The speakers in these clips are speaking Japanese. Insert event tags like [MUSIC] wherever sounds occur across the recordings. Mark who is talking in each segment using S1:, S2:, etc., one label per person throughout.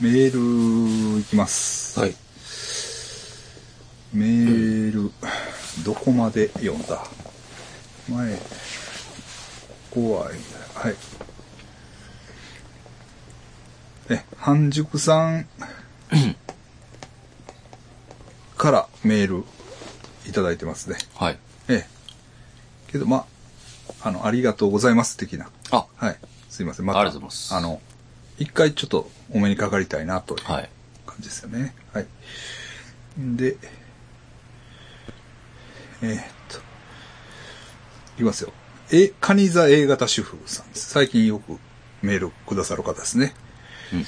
S1: メールいきます。
S2: はい。
S1: メール、どこまで読んだ前、怖い。はい。え、半熟さんからメールいただいてますね。
S2: はい。
S1: ええ。けど、まあ、あの、ありがとうございます的な。
S2: あ、
S1: はい。すいません。ま
S2: ありがとうございます
S1: あの、一回ちょっとお目にかかりたいなという感
S2: はい。
S1: じですよね。はい。で、えーっと、いきますよ。え、カニザ A 型主婦さんです。最近よくメールくださる方ですね。
S2: うん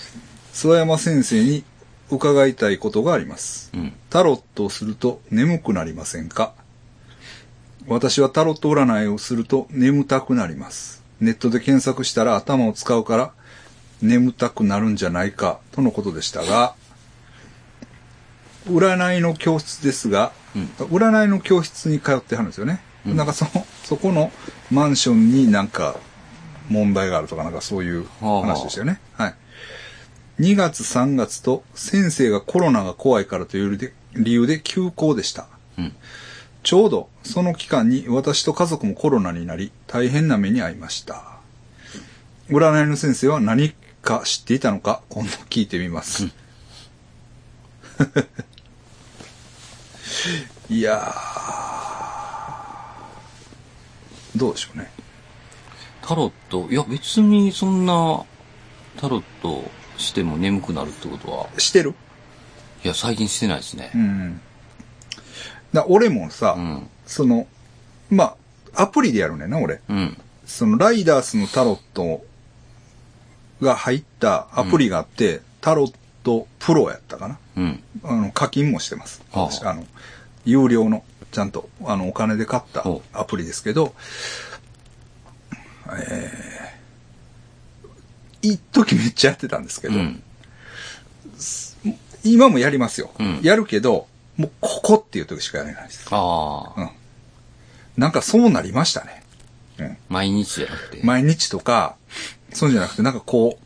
S1: 諏訪山先生に伺いたいことがあります。
S2: うん。
S1: タロットをすると眠くなりませんか私はタロット占いをすると眠たくなります。ネットで検索したら頭を使うから眠たくなるんじゃないかとのことでしたが、占いの教室ですが、
S2: うん
S1: 占いの教室に通ってはるんですよね。
S2: うん
S1: なんかその、そこのマンションになんか問題があるとかなんかそういう話でしたよね。はい。2月3月と先生がコロナが怖いからという理由で理由で休校でした。
S2: うん。
S1: ちょうどその期間に私と家族もコロナになり大変な目に遭いました。占いの先生は何か知っていたのか今度聞いてみます。 [LAUGHS] いやー。どうでしょうね。
S2: タロット、いや別にそんな、タロットしても眠くなるってことは、
S1: してる
S2: いや最近してないですね
S1: う。ん。だ俺もさ、
S2: うん。
S1: その、まあ、アプリでやるねんな、俺。
S2: うん。
S1: その、ライダースのタロットが入ったアプリがあって、タロットプロやったかな。
S2: うん。
S1: あの、課金もしてます。
S2: はあ
S1: 私あの、有料の、ちゃんと、あの、お金で買った
S2: ほ
S1: アプリですけど、えー、一時めっちゃやってたんですけ
S2: う
S1: ど、
S2: ん。
S1: 今もやりますよ、
S2: うん
S1: やるけど、もうここっていう時しかやれないです。
S2: ああ、
S1: うん。なんかそうなりましたね。うん。
S2: 毎日じゃなくて。
S1: 毎日とか、そうじゃなくて、なんかこう、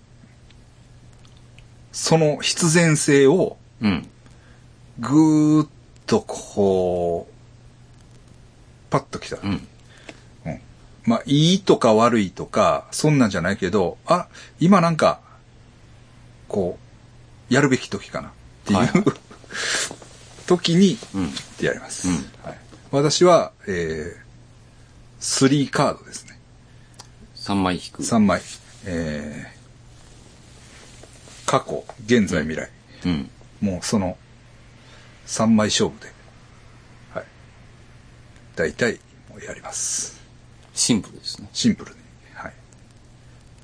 S1: その必然性を
S2: うん。
S1: ぐーっとこう、パッときた。
S2: うん。
S1: まあ、いいとか悪いとか、そんなんじゃないけど、あ、今なんか、こう、やるべき時かなっていう、
S2: はい
S1: [LAUGHS] 時に、
S2: うん。
S1: ってやります。
S2: うん
S1: はい、私は、えー、3カードですね。
S2: 3枚引く。
S1: 3枚。えー、過去、現在、未来。
S2: うん。
S1: もうその、3枚勝負で。はい。大体、もうやります。
S2: シンプルですね。
S1: シンプルに。はい。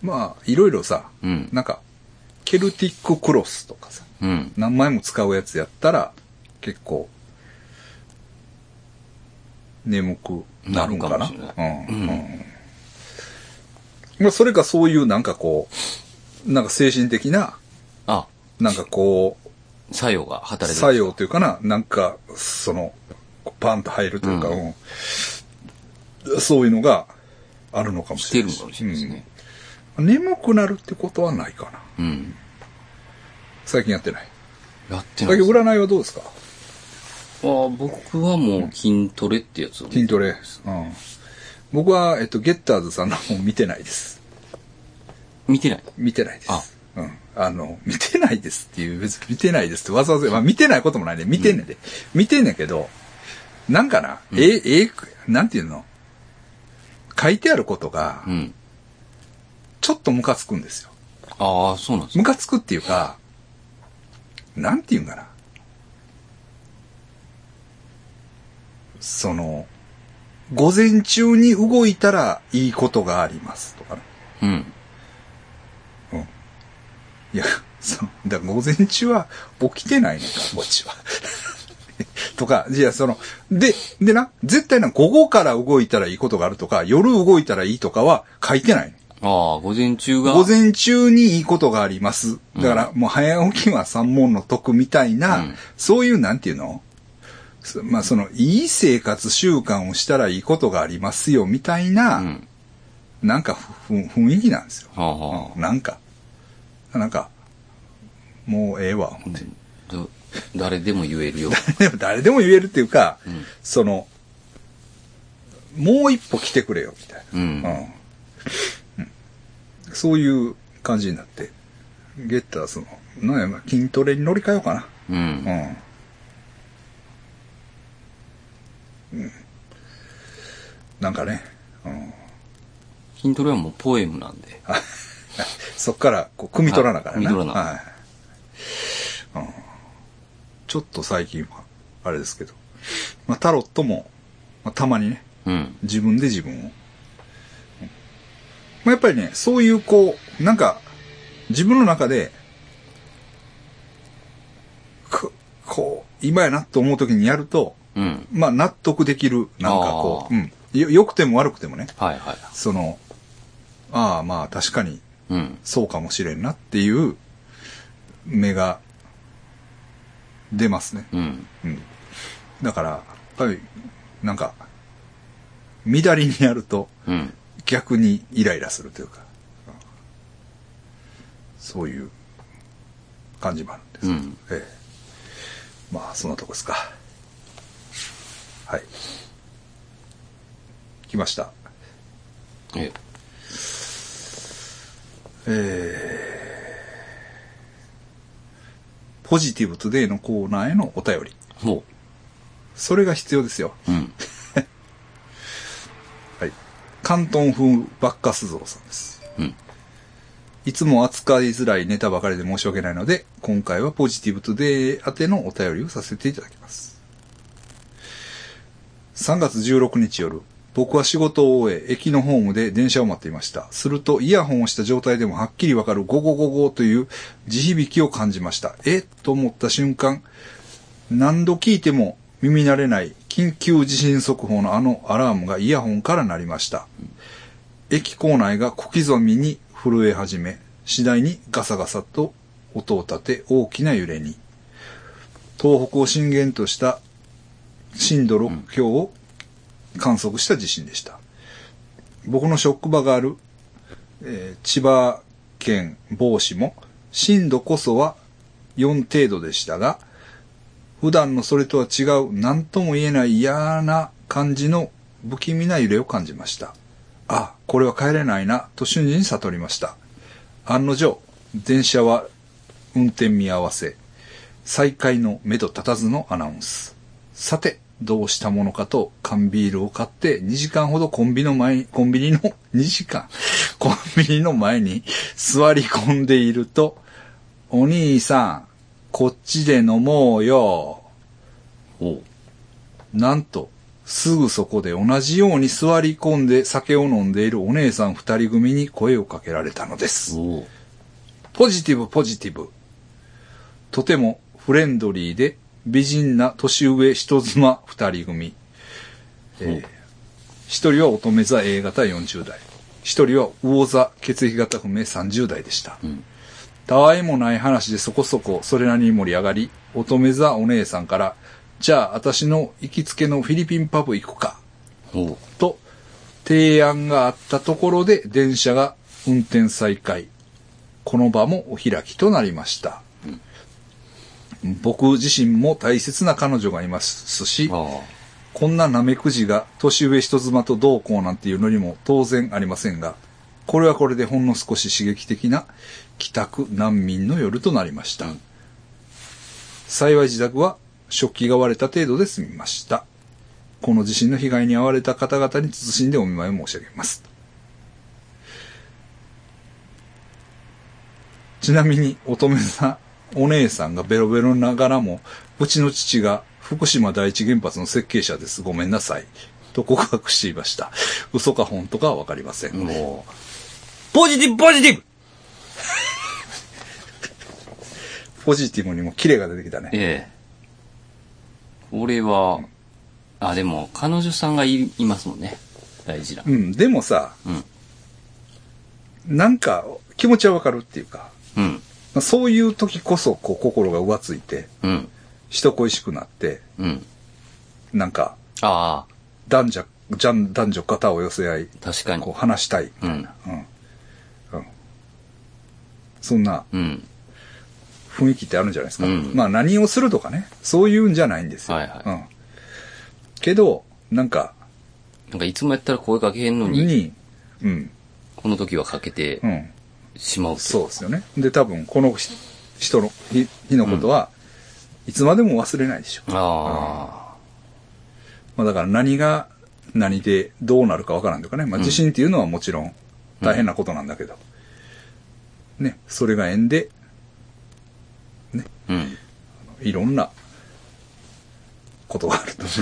S1: まあ、いろいろさ、
S2: うん。
S1: なんか、ケルティッククロスとかさ、
S2: うん。
S1: 何枚も使うやつやったら、結構、眠くなるんかな。
S2: なるかもしれな
S1: う。
S2: うんん
S1: うんまあ、それかそういうなんかこう、なんか精神的な、
S2: あ、
S1: なんかこ
S2: 作用が
S1: う、
S2: 働いて
S1: 作用というかな、なんか、その、パンと入るというか、
S2: うん
S1: うんそういうのがあるのかも
S2: し
S1: してれ
S2: る
S1: ない。
S2: のかもしれないですね。
S1: うん眠くなるってことはないかな。
S2: うん。
S1: 最近やってない。
S2: やってな
S1: 最
S2: い
S1: 近
S2: です。
S1: 占いはどうですか
S2: あ僕はもう筋トレってやつを。
S1: 筋トレ。うん。僕は、えっと、ゲッターズさんの本見てないです。
S2: 見てない。
S1: 見てないです。
S2: あ
S1: うん。あの、見てないですっていう、別に見てないですってわざわざ、まあ見てないこともないね。見てんねんで。見てんねんけど、なんかな、
S2: ん
S1: え、え、なんていうの書いてあることが
S2: う、ん。
S1: ちょっとムカつくんですよ。
S2: ああ、そうなんです
S1: ムカつくっていうか、なんていうんかな。その、午前中に動いたらいいことがありますとかね。
S2: うん。
S1: いや、その、だから午前中は起きてないのか、こっちは。 [LAUGHS] とか、いや、その、で、でな、絶対な、午後から動いたらいいことがあるとか、夜動いたらいいとかは書いてないの。
S2: ああ、午前中が。
S1: 午前中にいいことがあります。だから、もう早起きは三問の得みたいな、
S2: うん
S1: そういう、なんていうのそまあ、その、いい生活習慣をしたらいいことがありますよ、みたいな、
S2: うん。
S1: なんかふ、ふ雰囲気なんですよ。
S2: はあは
S1: なんか、なんか、もうええわ、 [LAUGHS] 思って。
S2: ど誰でも言えるよ。
S1: でも誰でも言えるっていうか、
S2: うん
S1: その、もう一歩来てくれよ、みたいな。
S2: うん。
S1: うんそういう感じになって、ゲッターその、なんやろな、筋トレに乗り換えようか
S2: う。
S1: な。うんん。うんなんかね、うん、
S2: 筋トレはもうポエムなんで。
S1: そっから、こう、汲み取らなあからね。
S2: はい汲み取らな
S1: はい。うんちょっと最近は、あれですけど、まあ、タロットも、まあ、たまにね、
S2: うん。
S1: 自分で自分を。うんまあ、やっぱりね、そういうこう、なんか、自分の中で、ここう、今やなと思う時にやると、
S2: うん。
S1: まあ納得できる、なんかこう、
S2: あ
S1: うん。よ、良くても悪くてもね、
S2: はいはい。
S1: その、ああまあ確かに
S2: うん。
S1: そうかもしれんなっていう目が出ますね。
S2: うん。
S1: うん。だから、やっぱり、なんか、乱りにやると、
S2: うん。
S1: 逆にイライラするというか、うんそういう感じもあるんです。
S2: うん
S1: ええまあ、そんなとこですか。はい。来ました。
S2: え、
S1: えー、ポジティブトゥデイのコーナーへのお便り。
S2: ほ
S1: それが必要ですよ。
S2: う。うん。
S1: はい。関東風バッカスゾウさんです。
S2: うん。
S1: いつも扱いづらいネタばかりで申し訳ないので、今回はポジティブトゥデイ宛てのお便りをさせていただきます。3月16日夜、僕は仕事を終え、駅のホームで電車を待っていました。すると、イヤホンをした状態でもはっきりわかるゴゴゴゴという地響きを感じました。えっと思った瞬間、何度聞いても耳慣れない緊急地震速報のあのアラームがイヤホンから鳴りました。駅構内が小刻みに震え始め、次第にガサガサと音を立て大きな揺れに。東北を震源とした震度6強を観測した地震でした。僕の職場がある、えー千葉県某市も震度こそは4程度でしたが、普段のそれとは違う何とも言えない嫌な感じの不気味な揺れを感じました。あ、これは帰れないなと瞬時に悟りました。案の定、電車は運転見合わせ、再開の目と立たずのアナウンス。さて、どうしたものかと缶ビールを買って2時間ほどコンビの前に、コンビニの2時間、コンビニの前に座り込んでいると、お兄さん、こっちで飲もうよ。
S2: ほう。
S1: なんと、すぐそこで同じように座り込んで酒を飲んでいるお姉さん二人組に声をかけられたのです。
S2: おう。
S1: ポジティブポジティブ。とてもフレンドリーで美人な年上人妻二人組。えー一人は乙女座 A 型40代。一人は魚座血液型不明30代でした。
S2: うん。
S1: たわいもない話でそこそこそれなりに盛り上がり、乙女座お姉さんから、じゃあ私の行きつけのフィリピンパブ行くか、
S2: ほう。
S1: と提案があったところで電車が運転再開。この場もお開きとなりました。僕自身も大切な彼女がいますし、
S2: あ
S1: こんななめくじが年上人妻と同行なんていうのにも当然ありませんが、これはこれでほんの少し刺激的な帰宅難民の夜となりました。
S2: うん
S1: 幸い自宅は食器が割れた程度で済みました。この地震の被害に遭われた方々に慎んでお見舞いを申し上げます。ちなみに、乙女さん、お姉さんがベロベロながらも、うちの父が福島第一原発の設計者です。ごめんなさい。と告白していました。嘘か本当かはわかりません。
S2: あ。もう。ポジティブポジティブ
S1: ポジティブにもキレが出てきたね。
S2: ええ。俺は、あ、でも、彼女さんがいいますもんね。大事な
S1: う。ん、でもさ、
S2: うん。
S1: なんか気持ちはわかるっていうか、
S2: うん。
S1: まあそういう時こそこう心が浮ついて、
S2: うん。
S1: 人恋しくなって、
S2: うん。
S1: なんか
S2: あ
S1: 男女、じゃん男女肩を寄せ合い、
S2: あ、確かに
S1: こう。話したい。
S2: うん。
S1: うん。うん。そんな、
S2: うん。
S1: 雰囲気ってあるんじゃないですか。
S2: うん
S1: まあ何をするとかね、そういうんじゃないんですよ。
S2: はいはい
S1: うん。けど、なんか、
S2: なんかいつもやったら声かけへんのに、
S1: に、うん、
S2: この時はかけて
S1: うん、
S2: しまうと。
S1: そうですよね。で、多分、このひ人の、日日のことは、いつまでも忘れないでしょ。
S2: あ
S1: まあだから何が何でどうなるかわからんというかね、まあ
S2: うん
S1: 地震っていうのはもちろん大変なことなんだけど、ね、それが縁で
S2: あ。うん。
S1: いろんなことがあると。 [LAUGHS]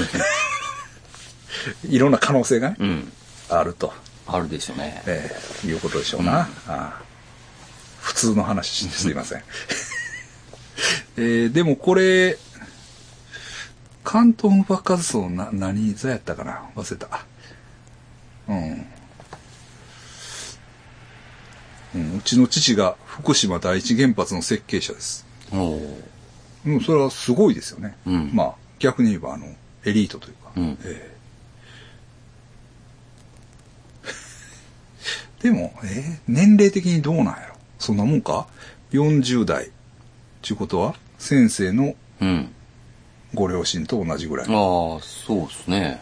S1: いろんな可能性がね、
S2: うん。
S1: あると、
S2: あるでしょうね。
S1: えーいうことでしょうな。
S2: うん
S1: ああ普通の話ですいません。えーでもこれ、関東爆発層な、何座やったかな忘れた。うん。うん、うちの父が福島第一原発の設計者です。
S2: おー
S1: うん、それはすごいですよね。
S2: うん
S1: まあ、逆に言えば、あの、エリートというか。
S2: うん
S1: え [LAUGHS] えでも、ええ年齢的にどうなんやろそんなもんか ?40 代。ちゅうことは、先生の
S2: うん。
S1: ご両親と同じぐらい。
S2: ああ、そうですね。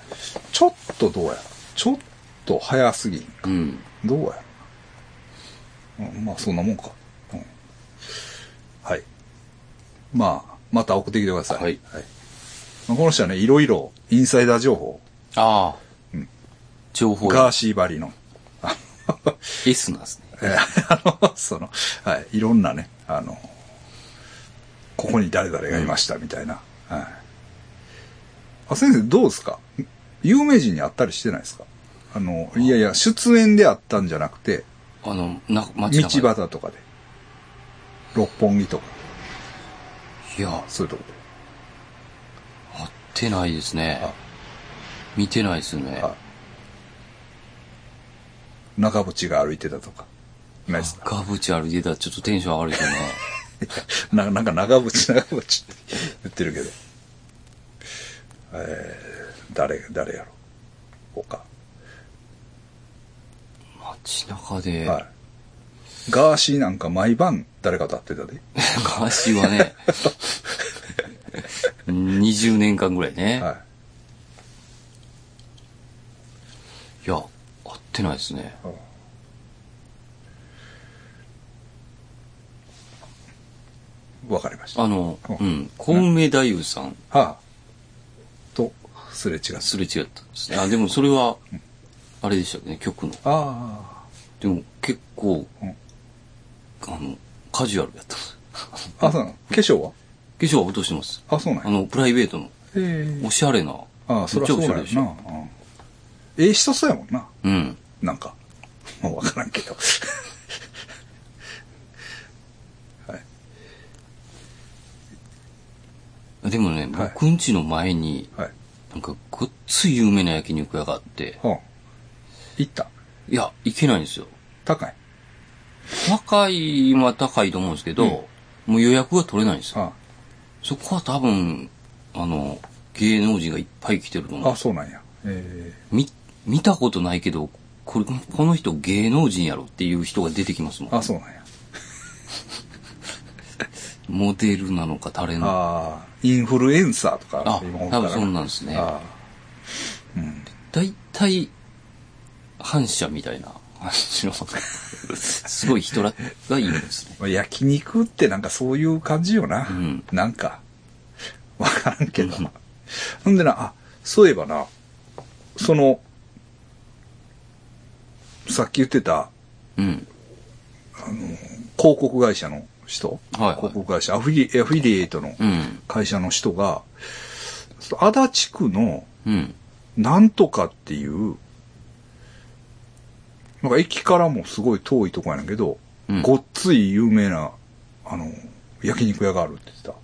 S1: ちょっとどうやちょっと早すぎん
S2: うん。
S1: どうやろなうんまあ、そんなもんか。うんはい。まあ、また送ってきてください。
S2: はい
S1: まあこの人はね、いろいろ、インサイダー情報、
S2: ああ。情報
S1: ガーシーバリの、
S2: S なんですね。
S1: えー [LAUGHS] あの、その、はい、いろんなね、あの、ここに誰々がいました、みたいな。はい。あ、先生、どうですか有名人に会ったりしてないですかあの、いやいや、出演であったんじゃなくて、
S2: あの、な、街
S1: 道
S2: 中で。
S1: 端とかで。六本木とか、
S2: いや、
S1: そういうとこ
S2: 会ってないですね
S1: あ。
S2: 見てないですね
S1: で。。はい。中渕が歩いてたとか。ないですか
S2: ガブチ歩いてたらちょっとテンション上がる
S1: [LAUGHS]
S2: ですよね。
S1: ななんか長渕 [LAUGHS] 長渕って言ってるけど。えー、誰、誰やろ他。
S2: 街中で。
S1: はい。ガーシーなんか毎晩誰かと会ってたで。
S2: [LAUGHS] ガーシーはね、20年間ぐらいね。
S1: はい。
S2: い、や、会ってないですね。
S1: わかりました。
S2: あ
S1: は
S2: の、
S1: うん
S2: うん、コウメ太夫さん、
S1: あ。と、すれ違う。
S2: すれ違ったんですね。あ、でもそれは、あれでしたっけね、曲の。
S1: あ
S2: でも結構、
S1: うん
S2: あの、カジュアルやった。
S1: あ。あ、そうなの化粧は
S2: 化粧は落としてます。
S1: あ、そうなん
S2: あ
S1: や。
S2: の、プライベートの、
S1: ええ
S2: おしゃれな。
S1: ああ、そりゃそうなん
S2: め
S1: や
S2: っちゃおしゃれでし
S1: な。う
S2: ょ
S1: んええ人そうやもんな。
S2: うん。
S1: なんか。もうわからんけど。 [LAUGHS] はい。
S2: でもね、
S1: はい
S2: 僕ん家の前に、
S1: はい。
S2: なんか、ごっつい有名な焼肉屋があって、
S1: はあ。行った。
S2: いや、行けないんですよ。
S1: 高い。
S2: 高いは高いと思うんですけど、
S1: うん
S2: もう予約が取れないんですよ。
S1: あ
S2: そこは多分、あの、芸能人がいっぱい来てると
S1: あ。
S2: 思う
S1: あ、。そうなんや。え
S2: み、見たことないけど、これ、この人芸能人やろっていう人が出てきますも
S1: え
S2: ん。
S1: あ、そうなんや。
S2: モデルなのかタレント。
S1: ああ、インフルエンサーとか
S2: あ、
S1: ほ
S2: 多分そんなんですね。
S1: ああうん。
S2: だいたい、反射みたいな感じの、 [LAUGHS] すごい人らがいるんですね。
S1: まあ焼肉ってなんかそういう感じよな。
S2: うん
S1: なんか、わからんけど。ほんでな、あ、そういえばな、その、さっき言ってた
S2: うん。
S1: 広告会社の人、
S2: はいはい
S1: 広告会社、アフィリアフィリエイトの
S2: うん。
S1: 会社の人が、足立区の
S2: うん。
S1: なんとかっていう、なんか駅からもすごい遠いとこやねんけど、
S2: うん
S1: ごっつい有名な、あの、焼肉屋があるって言ってた。
S2: あ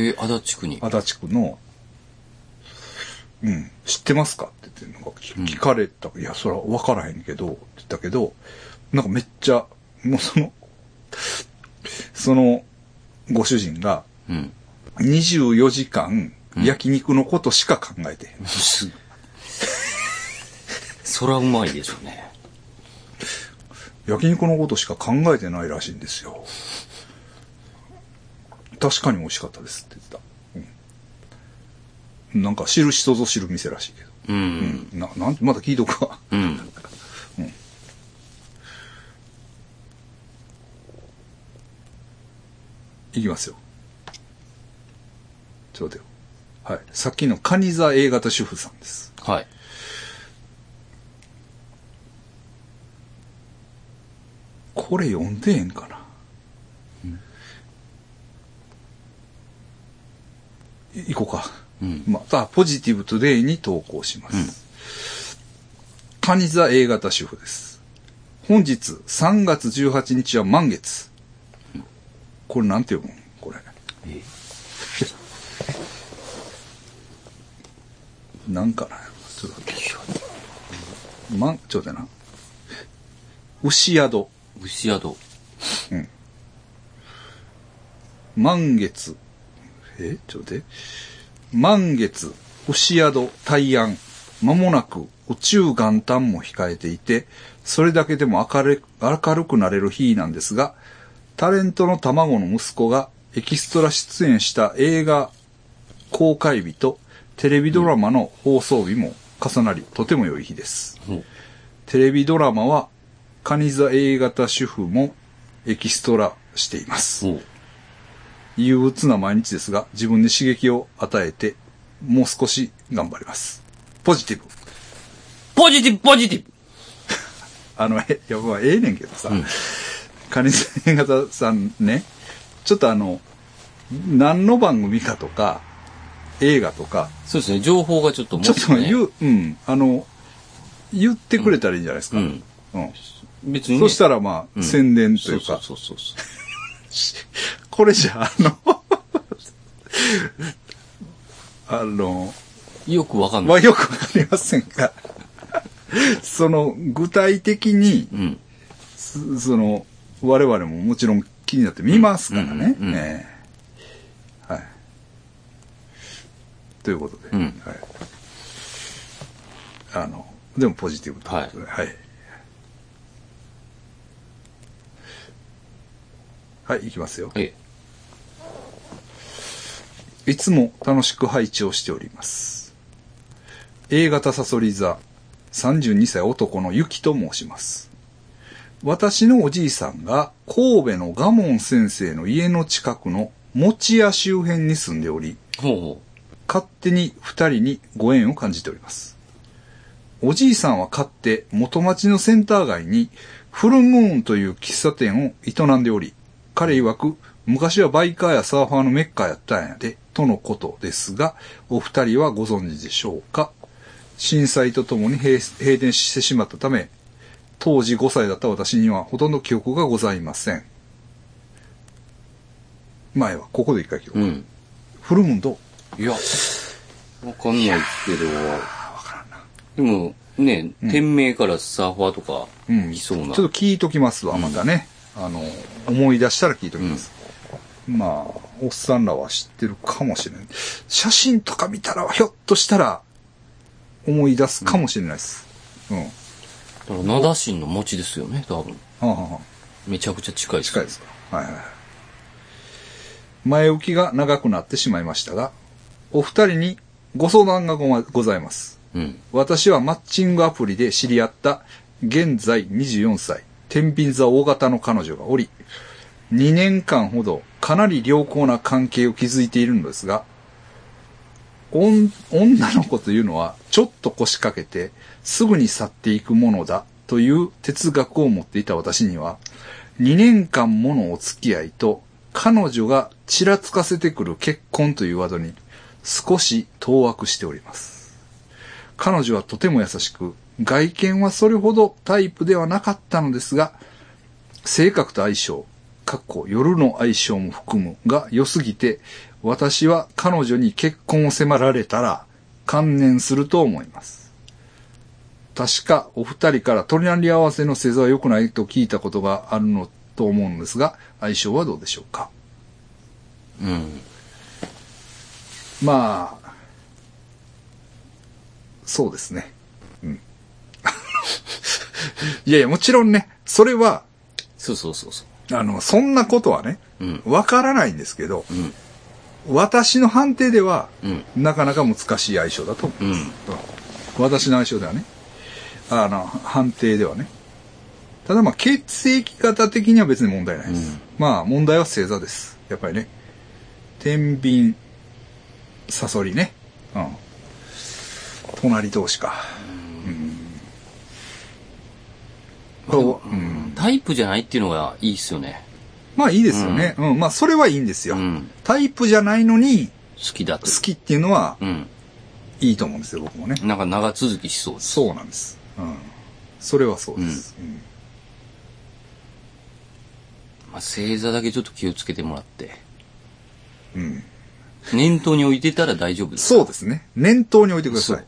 S2: え、足立区に。
S1: 足立区の、うん、知ってますかって言って、なんか聞
S2: うん
S1: 聞かれた、いや、そら分からへんけど、って言ったけど、なんかめっちゃ、もうその、その、ご主人が、
S2: うん。
S1: 24時間、
S2: うん
S1: 焼肉のことしか考えてへん。
S2: すそらうまいでしょうね。
S1: 焼肉のことしか考えてないらしいんですよ。確かに美味しかったですって言ってた。うん、なんか知る人ぞ知る店らしいけど。
S2: うん。
S1: な、なん、まだ聞いとくわ。 [LAUGHS]
S2: うん。
S1: いきますよ。ちょっと待てよ。はい。さっきのカニザ A 型主婦さんです。
S2: はい。
S1: これ読んでええんかな。い行こうか。
S2: うん。
S1: また、ポジティブトゥデイに投稿します。カニザ A 型主婦です。本日3月18日は満月。これなんて読むんこれ。
S2: え
S1: なんかなちょっと待って。ま、ちょっと待ってな。牛宿。
S2: 牛宿。
S1: 満月。えちょっと待って。満月、星宿、大安。まもなく宇宙元旦も控えていて、それだけでも明る明るくなれる日なんですが、タレントの卵の息子がエキストラ出演した映画公開日とテレビドラマの放送日も重なり、とても良い日です。
S2: ほ
S1: テレビドラマは、カニザ A 型主婦もエキストラしています。
S2: う。
S1: 憂鬱な毎日ですが、自分に刺激を与えて、もう少し頑張ります。ポジティブ。
S2: ポジティブ、ポジティブ
S1: あの、え、いや、まあ、ええねんけどさ、カニさん型さんね、ちょっとあの、何の番組かとか、映画とか、
S2: そうですね、情報がちょっとも
S1: ちょっと
S2: ね
S1: 言う、うん、あの、言ってくれたらいいんじゃないですか。
S2: う
S1: うん
S2: ん。。別に、ね。
S1: そした
S2: ら、
S1: らまあ、宣伝というか、
S2: そうそうそうそう。
S1: これじゃあ、の、 [LAUGHS] あの、
S2: よくわかんない。
S1: はよくわかりませんが、その、具体的に
S2: う、ん。
S1: すその、我々ももちろん気になって見ますからね。
S2: うんうんうん
S1: ええはい。ということで、
S2: うん
S1: はい。あの、でもポジティブということで、はい。はい。はい、いきますよ。
S2: え
S1: いつも楽しく配置をしております。A 型サソリ座、32歳男のゆきと申します。私のおじいさんが神戸のガモン先生の家の近くの餅屋周辺に住んでおり、
S2: え。ほうほ
S1: 勝手に二人にご縁を感じております。おじいさんは勝手元町のセンター街にフルムーンという喫茶店を営んでおり、彼曰く昔はバイカーやサーファーのメッカーやったんやで、とのことですが、お二人はご存知でしょうか震災とともに閉閉店してしまったため、当時5歳だった私にはほとんど記憶がございません。前はここで一回記憶。
S2: う。うん。
S1: フルムーンどう
S2: いや、わかんないけど。でも、ね、店名からサーファーとか、
S1: うん、
S2: いそうな。
S1: ちょっと聞いときますわ、またね。あの、思い出したら聞いときます。まあ、おっさんらは知ってるかもしれない。写真とか見たら、ひょっとしたら、思い出すかもしれないです。うん。は
S2: だから、名田新の餅ですよね、多分。
S1: あはあはあ
S2: めちゃくちゃ近い
S1: 近いですか。はいはいはい。前置きが長くなってしまいましたが、お二人にご相談がご,、ございます。
S2: うん。
S1: 私はマッチングアプリで知り合った現在24歳、天秤座大型の彼女がおり、2年間ほどかなり良好な関係を築いているのですが、おん女の子というのはちょっと腰掛けてすぐに去っていくものだという哲学を持っていた私には、2年間ものお付き合いと彼女がちらつかせてくる結婚というワードに少し当惑しております。彼女はとても優しく、外見はそれほどタイプではなかったのですが、性格と相性、かっこ夜の相性も含むが良すぎて、私は彼女に結婚を迫られたら、観念すると思います。確かお二人から取りなり合わせの星座は良くないと聞いたことがあるのと思うんですが、相性はどうでしょうか
S2: うん。
S1: まあ、そうですね。 [LAUGHS] うん。いやいや、もちろんね、それは、
S2: そうそうそうそう。
S1: あの、そんなことはね、
S2: うん。
S1: わからないんですけど、
S2: うん。
S1: 私の判定では、
S2: うん。
S1: なかなか難しい相性だと思う。
S2: うん。
S1: 私の相性ではね。あの、判定ではね。ただまあ、血液型的には別に問題ないです。
S2: うん
S1: まあ、問題は星座です。やっぱりね。天秤、サソリね。うん。隣同士か。うん。こううん
S2: タイプじゃないっていうのがいいっすよね。
S1: まあいいですよね。うん。まあそれはいいんですよ。
S2: うん。
S1: タイプじゃないのに
S2: 好きだと
S1: 好。きっていうのは
S2: うん。
S1: いいと思うんですよ、僕もね。
S2: なんか長続きしそうです。
S1: そうなんです。うん。それはそうです。うん
S2: まあ、星座だけちょっと気をつけてもらって。
S1: うん。
S2: 念頭に置いてたら大丈夫です。
S1: そうですね。念頭に置いてくださ
S2: そ。
S1: いう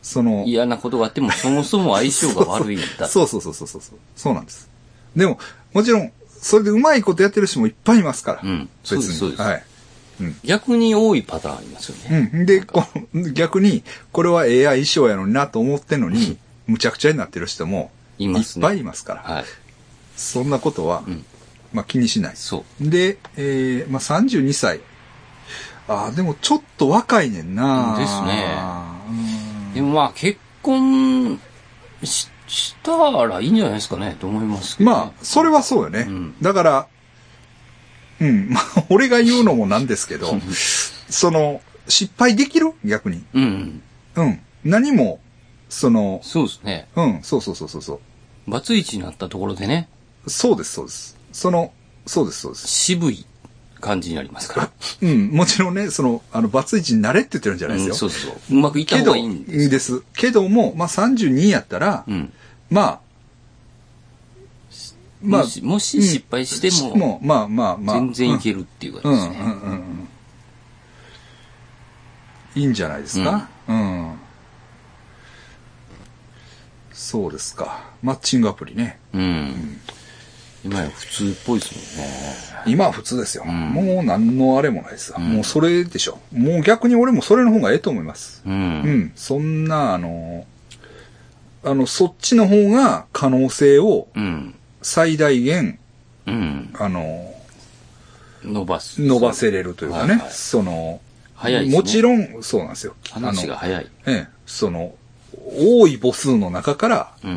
S1: その、
S2: 嫌なことがあっても、そもそも相性が悪いん
S1: [LAUGHS]
S2: だ。
S1: そうそうそうそうそうそう。そうなんです。でも、もちろん、それでうまいことやってる人もいっぱいいますから。
S2: うん
S1: 別に。
S2: そうですそうです
S1: はい。
S2: 逆に多いパターンありますよね。
S1: うん。で、この逆に、これは AI 衣装やのになと思ってんのに、むちゃくちゃになってる人も、
S2: い
S1: いっ
S2: ますね。
S1: ぱいいますから。
S2: はい。
S1: そんなことは、
S2: うん
S1: まあ気にしない。
S2: そう。
S1: で、えー、まあ32歳。ああ、でもちょっと若いねんな。
S2: です
S1: ね。
S2: でもまあ、結婚ししたらいいんじゃないですかね、と思いますけどね、
S1: まあ、それはそうよね。
S2: うん
S1: だから、うん、まあ、 [LAUGHS] 俺が言うのもなんですけ
S2: [LAUGHS]
S1: ど、その、失敗できる逆に。
S2: うん。うん。
S1: うん。何も、その、
S2: そうですね。
S1: うん、そうそうそうそうそう。
S2: バツイチになったところでね、
S1: そうです、そうです。その、そうです、そうです。
S2: 渋い感じになりますから。
S1: うん、もちろんね、その、あの、バツイチになれって言ってるんじゃないです
S2: う
S1: よ。
S2: ん、そうそう。うまくいった
S1: け
S2: 方
S1: ど、
S2: がいいんです。
S1: です。けども、まあ、32やったら、
S2: うん。
S1: まあ、まあ
S2: もし、もし失敗しても、
S1: まあまあまあ。
S2: 全然い
S1: る
S2: けるっていう
S1: うん
S2: 感
S1: う
S2: じ
S1: ん
S2: で
S1: う
S2: す
S1: ん
S2: ね。
S1: うんうん。いいんじゃないですか、うん、そうですか。マッチングアプリね。
S2: うん。今や普通っぽいですもんね。
S1: 今は普通ですよ。
S2: ん
S1: もう何のあれもないですよ、
S2: ん
S1: もうそれでしょ。もう逆に俺もそれの方がええと思います。
S2: う。
S1: うんん。そんな、あの、あの、そっちの方が可能性を
S2: うん。
S1: 最大限、
S2: うん。
S1: あの、
S2: 伸ばす。
S1: 伸ばせれるというかね。
S2: はいはい
S1: その、
S2: 早いですね
S1: もちろん、そうなんですよ。
S2: 話が早い。
S1: あの、ええ、その、多い母数の中から
S2: う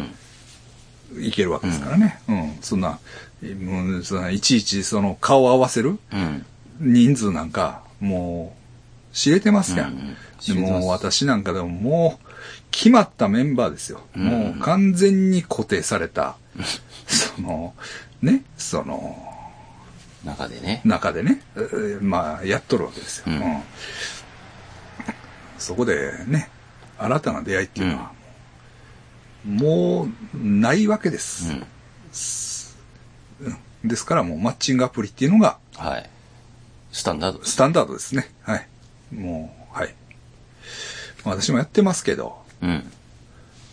S2: ん。
S1: いけるわけですからね。うん、そんな、もうそんないちいちその顔合わせる
S2: うん。
S1: 人数なんか、もう、知れてますやん。
S2: うんうん
S1: で
S2: 知れてます
S1: もう私なんかでももう、決まったメンバーですよ。
S2: うんうん
S1: もう完全に固定され
S2: [LAUGHS]
S1: た、その、ね、その、
S2: 中でね。
S1: 中でね、えーまあ、やっとるわけですよ。
S2: うん
S1: うんそこでね、新たな出会いっていうのは、もう、ないわけで
S2: う
S1: す、
S2: ん。
S1: ですからもう、マッチングアプリっていうのが、
S2: はい。スタンダードです。
S1: スタンダードですね。はい。もう、はい。私もやってますけど、
S2: うん。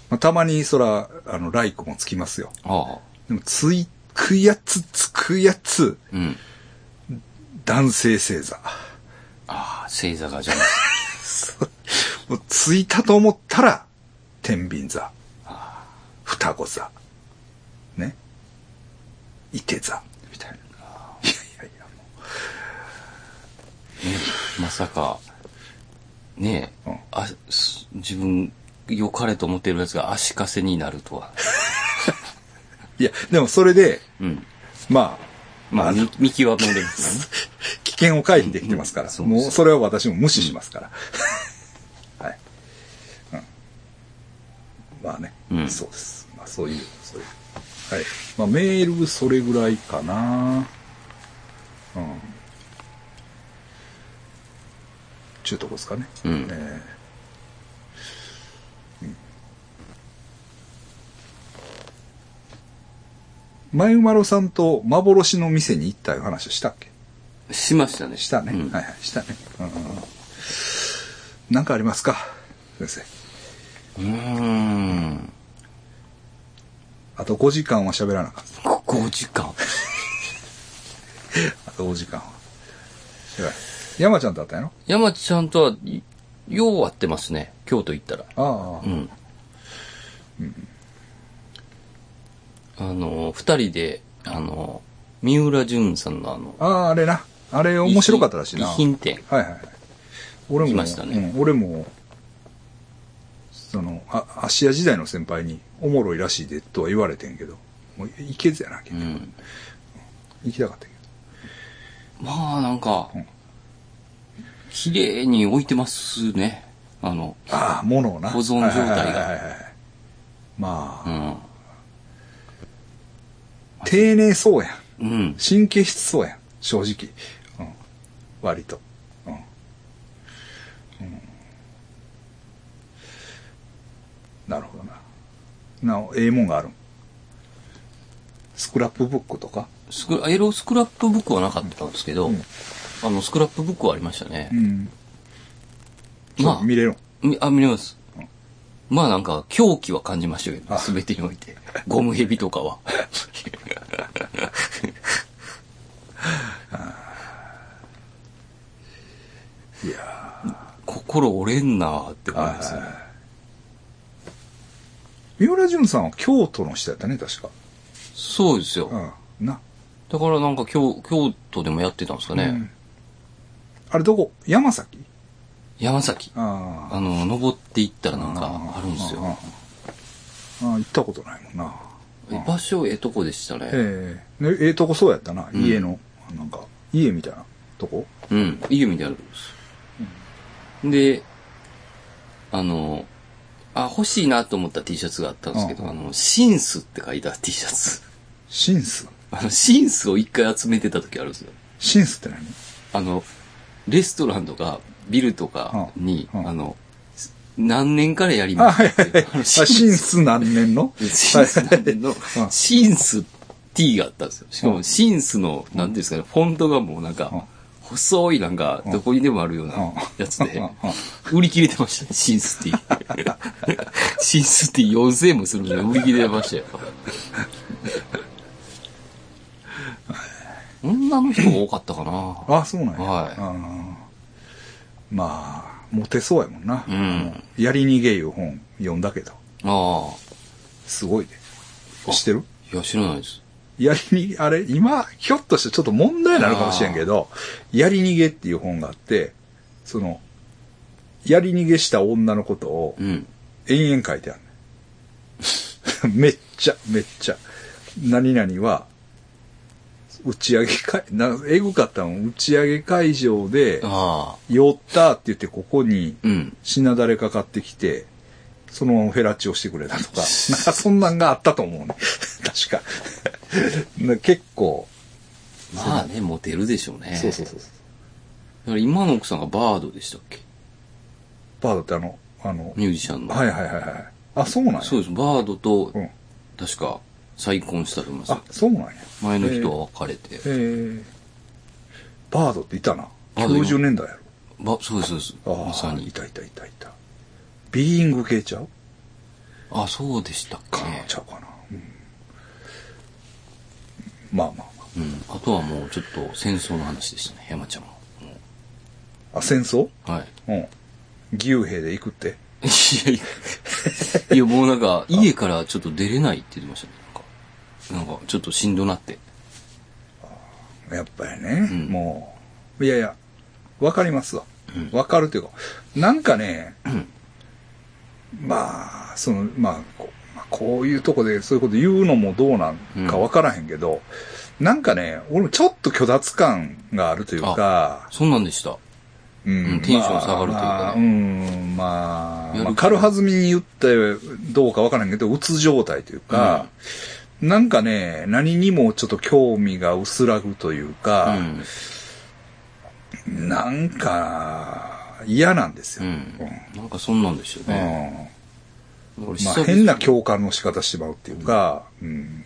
S1: まあたまに、そら、あの、ライクもつきますよ。
S2: ああ。
S1: でも、つい、くやつ、つくやつ、
S2: うん。
S1: 男性星座。
S2: ああ、星座がじゃな
S1: もうついたと思ったら、天秤座。双子座。ね。いて座。みたいな。いやいやいや、も
S2: い。ね、まさか、ねえ、
S1: うん
S2: あす自分、良かれと思ってるやつが足かせになる
S1: [LAUGHS]
S2: とは。
S1: ういや、でもそれで、
S2: うん。
S1: まあ、
S2: まあ、見見極めるんですね。
S1: 危険を回避できてますから、
S2: うんうん
S1: もう
S2: そうそう
S1: それは私も無視しますから。 [LAUGHS] はい、うん。まあね、
S2: うん
S1: そうです。まあそういう、そういう。はい。まあメールそれぐらいかな。うん。ちゅうとこですか [LAUGHS] ね。
S2: うん
S1: えーうんまゆまろさんと幻の店に行ったいう話したっけ
S2: しましたね。
S1: したね。
S2: うん
S1: はいはい、したね。うんうんうん。なんかありますか先生。
S2: うーん。
S1: あと5時間は喋らなかった。
S2: こ5時間。
S1: あと5時間は。やばい。山ちゃんと会ったんや
S2: 山ちゃんとは、いよう会ってますね。京都行ったら。
S1: ろああ、
S2: うん。あの、二人で、あの、三浦淳さんのあの、
S1: ああ、あれな。あれ面白かったらしいな。
S2: 遺
S1: はい
S2: 品展。
S1: はいはい。俺も、
S2: 来ましたね
S1: うん、俺も、その、あ、芦屋時代の先輩に、おもろいらしいで、とは言われてんけど、もう行けずやな、結
S2: う
S1: 局
S2: ん。
S1: 行きたかったけ
S2: まあ、なんか
S1: うん、
S2: 綺麗に置いてますね。あの、
S1: ど。ああ、物をな。
S2: 保存状態が
S1: はいはいはいはいはいま
S2: う
S1: あ、
S2: ん。
S1: 丁寧そうやん。
S2: うん。
S1: 神経質そうやん、正直。うん、割と、うんうん。なるほどな。なお、ええもんがあるんスクラップブックとか
S2: スクラエロスクラップブックはなかったんですけど、
S1: うん
S2: あの、スクラップブックはありましたね
S1: う。ん。
S2: まあ
S1: 見れるん
S2: みあ、見れます
S1: うん。
S2: まあなんか、狂気は感じましたけど、
S1: あ
S2: すべてにおいて。ゴムヘビとかは。
S1: [LAUGHS] いや
S2: 心折れんなーって思いますね
S1: は。ー三浦淳さんは京都の人やったね、確か。
S2: そうですよ。
S1: うん。な。
S2: だからなんか京、京都でもやってたんですかね。
S1: うんあれどこ山崎
S2: 山崎。
S1: あ
S2: あの、登っていったらなん
S1: あ
S2: かあるんです
S1: あ
S2: よ。
S1: あああ行ったことないもんな。
S2: 場所ええとこでしたね。
S1: ええねええとこそうやったな。
S2: ん
S1: 家の、なんか、家みたいなとこ
S2: うん、いい意味であるんです。で、あの、あ、欲しいなと思った T シャツがあったんですけど、
S1: うん
S2: あの、シンスって書いた T シャツ。 [LAUGHS]
S1: シンス
S2: あの、シンスを一回集めてた時あるんですよ。
S1: シンスって何
S2: あの、レストランとか、ビルとかに、
S1: うんうん
S2: あの、何年からやり
S1: あ、
S2: ま
S1: はい
S2: し
S1: は
S2: た
S1: いはい。あ、シンス何年の
S2: シンスなんて
S1: [LAUGHS]
S2: の
S1: ん、
S2: シンス T があったんですよ。しか
S1: うん
S2: も、シンスの、なんていうんですかね、フォントがもうなん
S1: うん
S2: か、細いなんか、どこにでもあるよう
S1: うん
S2: なやつ
S1: うんう
S2: で
S1: ん、
S2: 売り切れてましたね、シンス T。シンス T 4000円もするのに売り切れてましたよ。女の人が多かったかな。
S1: あ、そうなんや。
S2: はい
S1: あーまあ、モテそうやもんな。
S2: うん
S1: あのやり逃げいう本読んだけど、
S2: あ
S1: すごいで。
S2: あ。
S1: 知ってる
S2: いや、知らないです。
S1: やりに、あれ、今、ひょっとしてちょっと問題になるかもしれんけど、やり逃げっていう本があって、その、やり逃げした女のことを、
S2: うん。
S1: 延々書いてある、ね、 [LAUGHS] めっちゃ、めっちゃ。何々は、打ち上げ会、な、えぐかったの打ち上げ会場で、
S2: ああ。
S1: 酔ったって言ってここに、
S2: うん。
S1: しなだれかかってきて、そのままフェラチオしてくれたとか、
S2: [LAUGHS]
S1: なんかそんなんがあったと思うね。確か。な結構、
S2: まあね、モテるでしょうね。
S1: そうそうそうそう。
S2: だから今の奥さんがバードでしたっけ
S1: バードってあの、あの、
S2: ミュージシャンの。。
S1: はいいはいはいはい。あ、そうなんや。
S2: そうです。バードと
S1: う、ん。
S2: 確か、再婚したと思います
S1: あ。、そうなんや。
S2: 前の人は別れて。
S1: えー、バードっていたな。
S2: バードいる
S1: 90年代や
S2: ば、そうです、そうです。
S1: ろ。
S2: まさ
S1: ああ、い
S2: に。
S1: たいたいたいた。ビーイング系ちゃう
S2: あ、そうでしたっけ
S1: かな、ちゃうかな。うん、まあまあま
S2: うん。あとはもうちょっと戦争の話でしたね、山ちゃんも。も
S1: あ。あ、戦争
S2: う
S1: [LAUGHS]
S2: はい。
S1: うん。義勇兵で行くって。
S2: いやいや、いやもうなんか、家からちょっと出れないって言ってましたね。なんか、なんかちょっとしんどなって。
S1: やっぱりね、
S2: うん
S1: もう。いやいや、わかりますわ。わ、かるというか、なんかね、まあ、その、まあこう、まあこういうとこでそういうこと言うのもどうなんかわからへんけど、なんかね、俺もちょっと虚脱感があるというか、
S2: そんなんでした。
S1: う
S2: うんテンション下がるというかね
S1: まあうん、まあ、
S2: やる気
S1: まあ軽はずみに言ってどうかわからへんけど、うつ状態というか、なんかね、何にもちょっと興味が薄らぐという
S2: う
S1: か、
S2: ん。
S1: なんか、嫌なんです
S2: う
S1: よ。
S2: ん。なんかそんなんでした
S1: うん
S2: ね。俺
S1: まあ、
S2: 々
S1: 変な共感の仕方してまうっていうか、うん。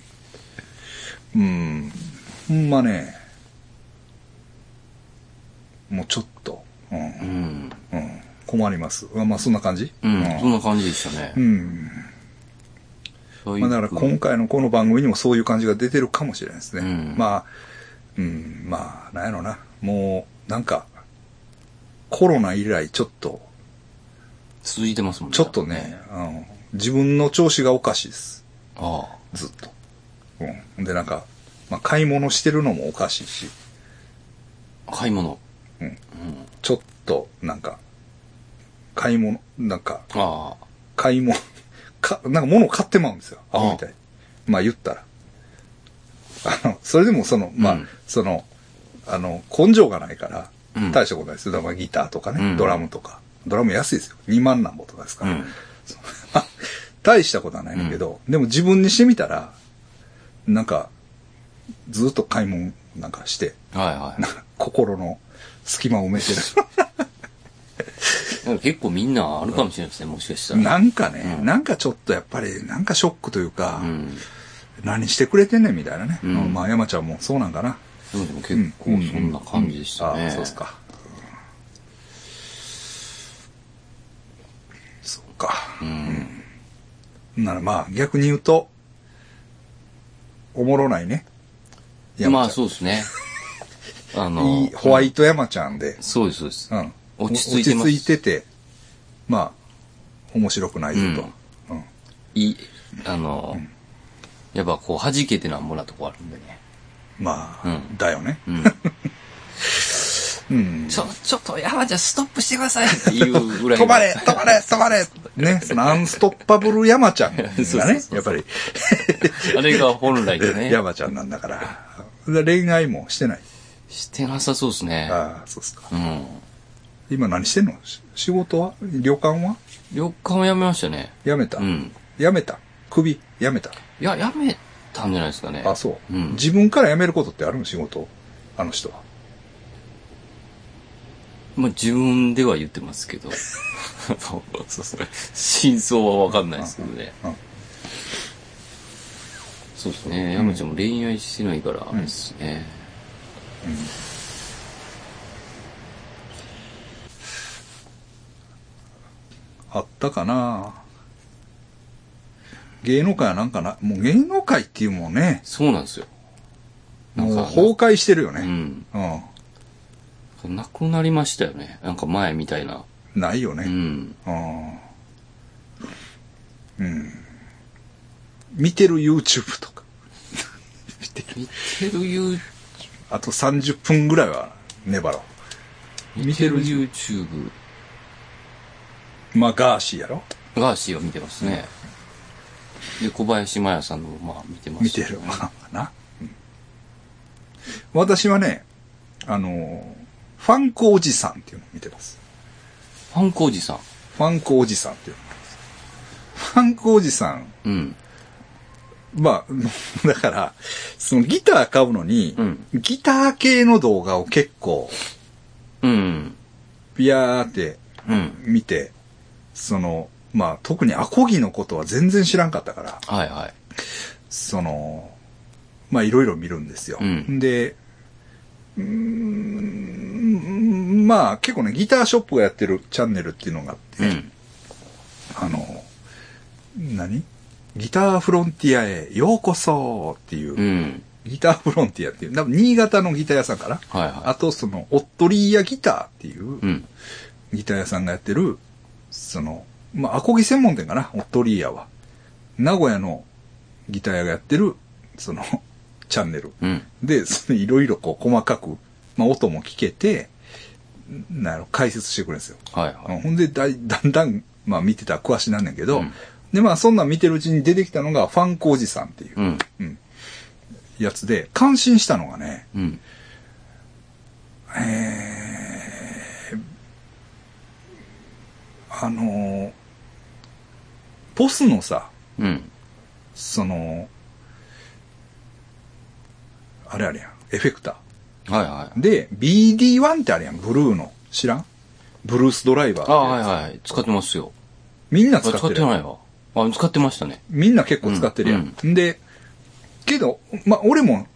S1: うん。ほんまね、もうちょっと、うん。
S2: うん。
S1: うん困ります。あまあ、そんな感じ
S2: うん、そん
S1: う
S2: な感じでしたね。
S1: ん。
S2: そういう
S1: まあ、だから今回のこの番組にもそういう感じが出てるかもしれないですね。
S2: うん
S1: まあ、うん、まあ、なんやろな。もう、なんか、コロナ以来ちょっと、
S2: 続いてますもんね。
S1: ちょっとね。、うん、自分の調子がおかしいです。
S2: ああ。
S1: ずっと。うん。で、なんか、まあ、買い物してるのもおかしいし、
S2: 買い物。
S1: うん
S2: ん
S1: ちょっと、なんか、買い物、なんか、
S2: ああ。
S1: 買い物、 [LAUGHS] か、なんか物を買ってまうんですよ。アホみたいに。まあ言ったら。あの、それでもその、まあ、
S2: うん
S1: その、あの、根性がないから
S2: う、ん
S1: 大したことないですよ。だからギターとかね、
S2: うん
S1: ドラムとか。ドラム安いですよ。2万なんぼとかですか
S2: う
S1: ら。
S2: ん。
S1: [LAUGHS] 大したことはないんだけど、でも自分にしてみたら、なんか、ずっと買い物なんかして、
S2: はいはい。
S1: なんか心の隙間を埋め
S2: [LAUGHS]
S1: てる。
S2: なんか結構みんなあるかもしれないですね、もしかしたら。
S1: なんかね、
S2: うん
S1: なんかちょっとやっぱり、なんかショックというか、
S2: うん。
S1: 何してくれてんねんみたいなね。
S2: うん
S1: うんまあ、山ちゃんもそうなんかな。
S2: でもでも結構そんな感じでしたね。
S1: ああ、そうですか。そうか。
S2: うん。
S1: ならまあ、逆に言うと、おもろないね。
S2: まあ
S1: ちゃん
S2: そうで
S1: [LAUGHS]
S2: すね。あ
S1: い
S2: の
S1: い、ホワイト山ちゃんで、
S2: そうです、そうです
S1: う。ん。
S2: 落ち着いてます
S1: 落ち着いてて、まあ、面白くないぞと。うん。
S2: いい、あの、やっぱこう弾けてなんぼなとこあるんでね。
S1: まあ、
S2: うん
S1: だよね。
S2: うん。
S1: [LAUGHS] うん。
S2: ちょ、ちょっと山ちゃんストップしてくださいっていうぐらいの。
S1: 止まれ止まれ止まれね、ナンストッパブル山ちゃんが
S2: [LAUGHS] そうそうそう
S1: ね、
S2: そう
S1: やっぱり
S2: [LAUGHS] あれが本
S1: [LAUGHS]
S2: 来のね。
S1: 山ちゃんなんだから。で恋愛もしてない。
S2: してなさそうですね。
S1: ああ、そうですか。
S2: うん。
S1: 今何してんのし仕事は旅館は
S2: 旅館を辞めましたね。
S1: 辞めた、
S2: うん。
S1: 辞めた首辞めた
S2: いや、辞めたんじゃないですかね。
S1: あ、そう、
S2: うん
S1: 自分から辞めることってあるの仕事あの人は。
S2: まあ、自分では言ってますけど。 [LAUGHS] そうそう真相はわかんないですけどね
S1: うんうん。
S2: そうですね。山ちゃんも恋愛してないから、あれですね。
S1: あったかな芸能界はなんかな、もう芸能界っていうもんね、
S2: そうなんですよ。な
S1: もうん
S2: か、
S1: 崩壊してるよ
S2: う
S1: ね。
S2: ん。
S1: うん。
S2: なくなりましたよね。なんか前みたいな。
S1: ないよね。
S2: うん。
S1: ああうん。見てる YouTube とか。見てる。
S2: 見てる You、
S1: あと30分ぐらいは粘ろ
S2: 見てる YouTube
S1: う。まあ、ガーシーやろ
S2: ガーシーを見てますね。で、小林麻也さんの、まあ、見てます、
S1: 見てる。まあまあ [LAUGHS] な、うん私はね、あのーファンクおじさんっていうのを見てます。
S2: ファンコージさん。
S1: ファンクおじさんっていうのを見てます。ファンクおじさん、
S2: うん。
S1: まあ、 [LAUGHS] だから、そのギター買うのに、
S2: うん
S1: ギター系の動画を結構、
S2: うん。
S1: ビヤーって
S2: うん。
S1: 見て、その、まあ、特にアコギのことは全然知らんかったから、
S2: はいはい。
S1: その、まあ、いろいろ見るんですよ。
S2: うん
S1: で、うーん、まあ、結構ね、ギターショップがやってるチャンネルっていうのがあって、
S2: うん。
S1: あの、何ギターフロンティアへようこそっていう、
S2: うん。
S1: ギターフロンティアっていう、多分新潟のギター屋さんかな。
S2: はい
S1: あ
S2: は
S1: と、その、オットリーヤギターっていう、
S2: い。うん。
S1: ギター屋さんがやってる、その、まあ、アコギ専門店かな、オットリーヤは。名古屋のギター屋がやってる、その、 [LAUGHS] チャンネル。
S2: うん。
S1: で、そのいろいろこう、細かく、まあ、音も聞けて、なる解説してくれるんですよ。
S2: はいは
S1: う
S2: い。
S1: んほんでだい、だんだん、まあ、見てたら詳しなんねんけど、
S2: うん。
S1: で、まあ、そんなん見てるうちに出てきたのが、ファンコおじさんっていううんやつで、感心したのがね、
S2: うん。
S1: あのーボスのさ、
S2: うん。
S1: その、あれあれやん、エフェクタ
S2: はいは
S1: ー。。
S2: い
S1: で、BD1 ってあれやん、ブルーの。知らんブルースドライバーって
S2: あ
S1: やつ。
S2: はいはい。使ってますよ。
S1: みんな
S2: あ
S1: 使
S2: 使
S1: っ
S2: ってて
S1: る。
S2: ないわ。あ、使ってましたね。
S1: みんな結構使ってるやん。で、けど、まあ、俺も、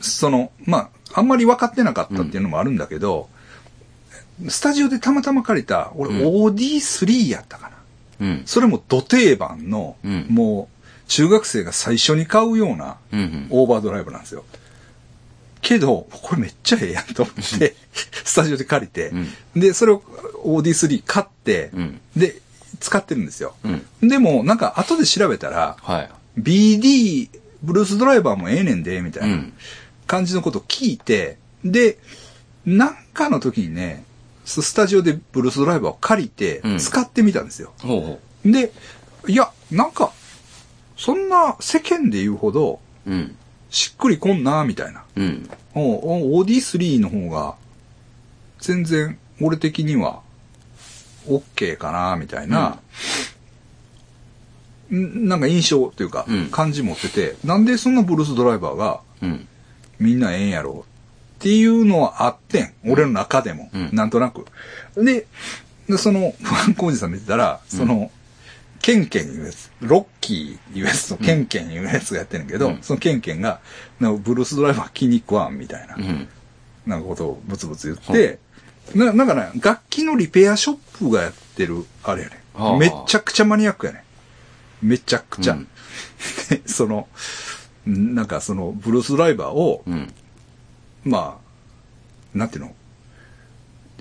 S1: その、まあ、あんまり分かってなかったっていうのもあるんだけど、スタジオでたまたま借りた、俺、
S2: う
S1: OD3 やったかな。
S2: うん。
S1: それも土定番の、
S2: うん
S1: もう、中学生が最初に買うような、
S2: うんうん。
S1: オーバードライブなんですよ。けど、これめっちゃええやんと思って、スタジオで借りて、で、それを OD3 買って、
S2: うん。
S1: で、使ってるんですよ。
S2: うん。
S1: でも、なんか後で調べたら、
S2: はい。
S1: BD ブルースドライバーもええねんで、みた
S2: う。
S1: いなん感じのことを聞いて、で、なんかの時にね、ススタジオでブルースドライバーを借りて
S2: う、ん
S1: 使ってみたんですよ。
S2: ほうほ
S1: で、いや、なんか、そんな世間で言うほど、
S2: う。うん。
S1: しっくりこんな、みたいな。
S2: うん。
S1: うんうん OD3 の方が、全然、俺的には、OK かな、みたいな、んなんか印象というか
S2: うん、
S1: 感じ持ってて、なんでそんなブルースドライバーが、
S2: うん。
S1: みんなええんやろうっていうのはあってん。俺の中でも。
S2: うん
S1: なんとなく。で、でその、不安工事さん見てたら、その、ケンケン言うやつ、ロッキー言うやつとケンケン言うやつがやってんねんけど、
S2: うん
S1: そのケンケンが、なんかブルースドライバー気に食わんみたいな、
S2: うん。
S1: なんかことをブツブツ言って、ななんかね、楽器のリペアショップがやってる、あれやねん、
S2: はあはあ
S1: めちゃくちゃマニアックやねんめちゃくちゃ。
S2: うん
S1: [LAUGHS] で、その、なんかその、ブルースドライバーを、
S2: うん。
S1: まあ、なんていうの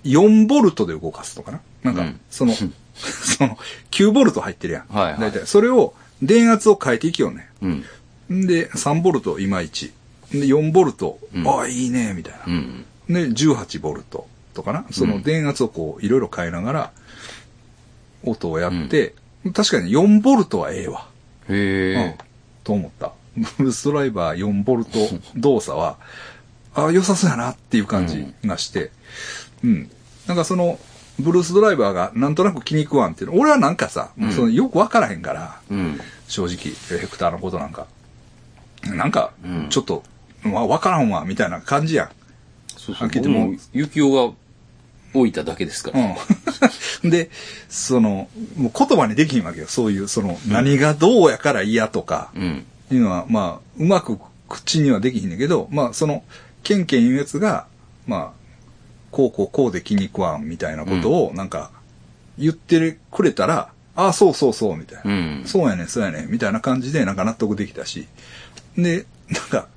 S1: ?4 ボルトで動かすとかななんか、
S2: うん
S1: その、 [LAUGHS] その、9ボルト入ってるやん。
S2: はいはい
S1: 大体。それを、電圧を変えていきよね。
S2: うん。
S1: んで、3ボルトいまいち。んで、4ボルト、
S2: うん
S1: ああ、いいね、みたいな。
S2: うん。
S1: で、18ボルトとかなそうの
S2: ん
S1: 電圧をこう、いろいろ変えながら、音をやって、確かに4ボルトはええわ。
S2: へ
S1: うん
S2: え。
S1: と思った。ブルースドライバー4ボルト動作は、あ良さそうやなっていう感じがして、うん、なんかその、ブルースドライバーがなんとなく気に食わんっていうの、俺はなんかさ、
S2: うん
S1: そのよくわからへんから、
S2: うん。
S1: 正直、ヘクターのことなんか。なんか
S2: うん、
S1: ちょっと、わ、わからんわ、みたいな感じやん。
S2: そう
S1: は
S2: そ
S1: っ
S2: う。
S1: きり
S2: 僕
S1: ともう
S2: も、ゆきおが置いただけですから。
S1: うん。 [LAUGHS] で、その、もう言葉にできひんわけよ。そういう、その、何がどうやから嫌とか、
S2: うん。
S1: っていうのは、まあ、うまく口にはできひんねんけど、まあ、その、ケンケン言うやつが、まあ、こうこうこうで気に食わんみたいなことを、なんか、言ってくれたら、ああ、そうそうそう、みたいな。
S2: うん。
S1: そうやねんそうやねんみたいな感じで、なんか納得できたし。で、なんか、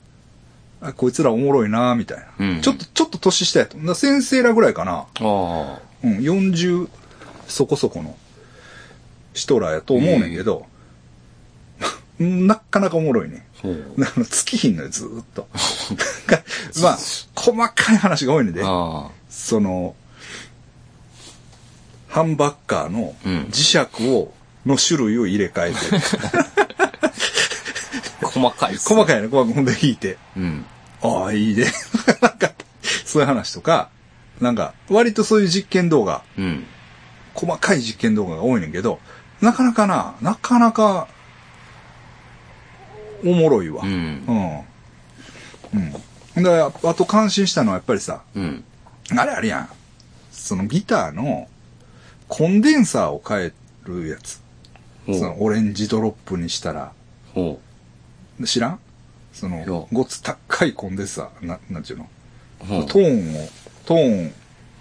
S1: あこいつらおもろいな、みたいな、
S2: うん
S1: ちょっと、ちょっと年下やと。な先生らぐらいかな。
S2: ああ。
S1: うん、40そこそこの人らやと思うねんけど、なかなかおもろいねん。
S2: そう。
S1: あの、尽きひんのよ、ずーっと。 [LAUGHS] なんかまあ、細かい話が多いので、
S2: ああ。
S1: その、ハンバッカーの
S2: うん
S1: 磁石を、の種類を入れ替え
S2: [LAUGHS]
S1: て、
S2: 細かいっすね
S1: 細かいね、細かい、ほんで引いて、
S2: うん。
S1: ああ、いいね。 [LAUGHS] なんか、そういう話とか、なんか、割とそういう実験動画、
S2: うん。
S1: 細かい実験動画が多いねんけど、なかなかな、なかなか、おもろいわ。
S2: うん。
S1: うん。うん。で、あと感心したのはやっぱりさ、
S2: うん。
S1: あれあれやん。そのギターのコンデンサーを変えるやつ。
S2: ほ
S1: そのオレンジドロップにしたら、
S2: ほ
S1: 知らんそ
S2: いや
S1: の、ごつ高いコンデンサー、な、なんちゅうの
S2: う。ほう。
S1: トーンを、トーン、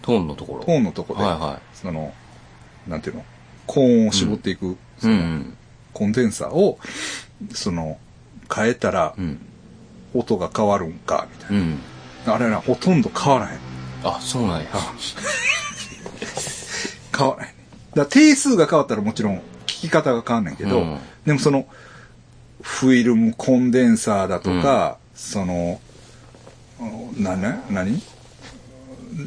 S2: トーンのところ。
S1: トーンのとこで、
S2: はいは
S1: その、なんていうの高音を絞っていく、
S2: い。うん。
S1: コンデンサーを、その、変えたら
S2: うん。
S1: 音が変わるんか、みたい
S2: うん。
S1: な。あれな、ほとんど変わらへん。
S2: あ、そうなんや。
S1: 変わらへんね。だから定数が変わったらもちろん聞き方が変わんないけど、
S2: うん
S1: でもその、フィルムコンデンサーだとか、その、な、な、何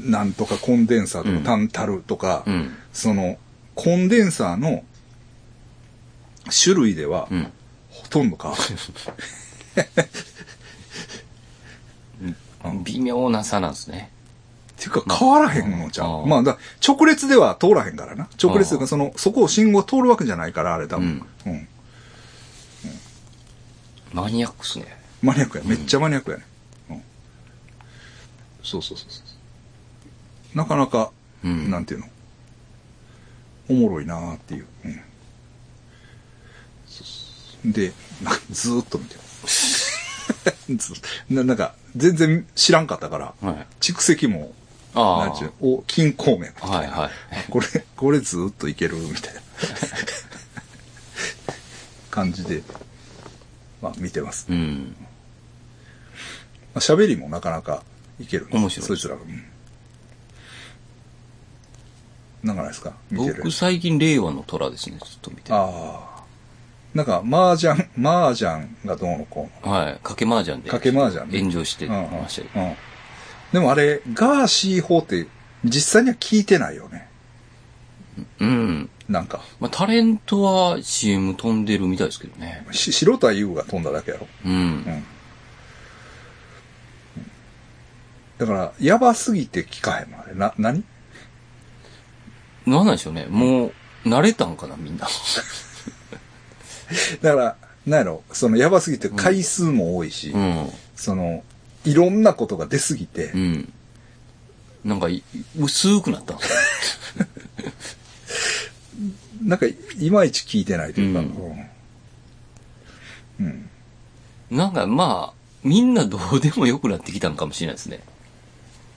S1: なんとかコンデンサーとか、
S2: うん
S1: タンタルとか、
S2: うん。
S1: その、コンデンサーの種類では、
S2: うん。
S1: ほとんど変わらへん。 [LAUGHS] うんっ
S2: 微妙な差なんですね。
S1: ていうか変わらへんのじゃ
S2: あ
S1: ん。
S2: あ
S1: まあだ、直列では通らへんからな。直列というか、その、そこを信号通るわけじゃないから、あれ多分。うん
S2: マニアックっすね。
S1: マニアックや。めっちゃマニアックやね。うん。そうそうそうそう。なかなか、
S2: うん
S1: なんていうの。おもろいなーっていう。うん。そうそうで、なずーっと見てる。 [LAUGHS] ずっとななんか、全然知らんかったから、
S2: はい。
S1: 蓄積も、
S2: ああ
S1: なんちゅうお、金鉱脈。
S2: はいはい。
S1: これ、これずーっといけるみたいな感じで、まあ見てます。
S2: うん。
S1: まあ喋りもなかなかいけるんです
S2: 面白い
S1: そいつらが。うんなんかないですか見てる。
S2: 僕最近令和の虎ですね、ずっと見てる。
S1: ああ。なんか、麻雀、麻雀がどうのこ
S2: はい。掛け麻雀で。
S1: 掛け麻雀ね
S2: 炎上して
S1: うの。うん、
S2: ましたよ。
S1: うん。でもあれ、ガーシー法って、実際には聞いてないよね。
S2: うん。
S1: なんか、
S2: まあ、タレントは CM 飛んでるみたいですけどね。
S1: し白田優が飛んだだけやろ。
S2: うん
S1: う。ん。だから、やばすぎて聞かへんもん、あれ。な、何
S2: なんなんでしょうね。もう、慣れたんかな、みんな。
S1: だから、なんやろ、そのやばすぎて回数も多いし、
S2: うん。
S1: その、いろんなことが出すぎて
S2: う、ん。なんかい、薄くなったんですよね。
S1: なんか、いまいち聞いてないというか、
S2: う
S1: うん
S2: なんか、まあ、みんなどうでもよくなってきたんかもしれないですね。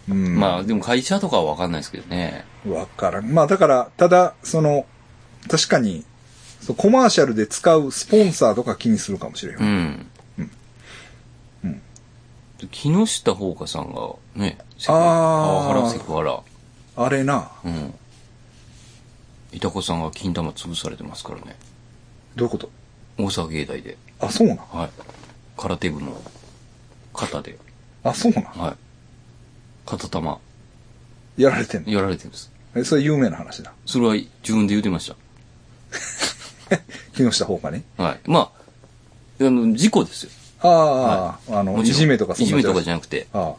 S1: うん
S2: まあ、でも会社とかはわかんないですけどね。
S1: わからん。まあだから、ただ、その、確かに、そうコマーシャルで使うスポンサーとか気にするかもしれんよ。
S2: うん。
S1: うん
S2: 木下ほうかさんが、ね、セクハラ、
S1: あー
S2: パワハラ、セクハラ。
S1: あれな、
S2: うん。いたこさんが金玉潰されてますからね。
S1: どういうこと
S2: 大阪芸大で。
S1: あ、そうなん。
S2: はい。空手部の肩で。
S1: あ、そうなん。
S2: はい。肩玉、
S1: やられてんの。
S2: やられてるんです。
S1: えそれ有名な話だ。
S2: それは自分で言ってまし
S1: 木下方がね。
S2: た。はい。まあ、あの、事故ですよ。
S1: ああ、あの、
S2: も
S1: い
S2: ちろん
S1: じめとか
S2: いじめとかじ
S1: ゃ
S2: ゃなくて。
S1: ああ。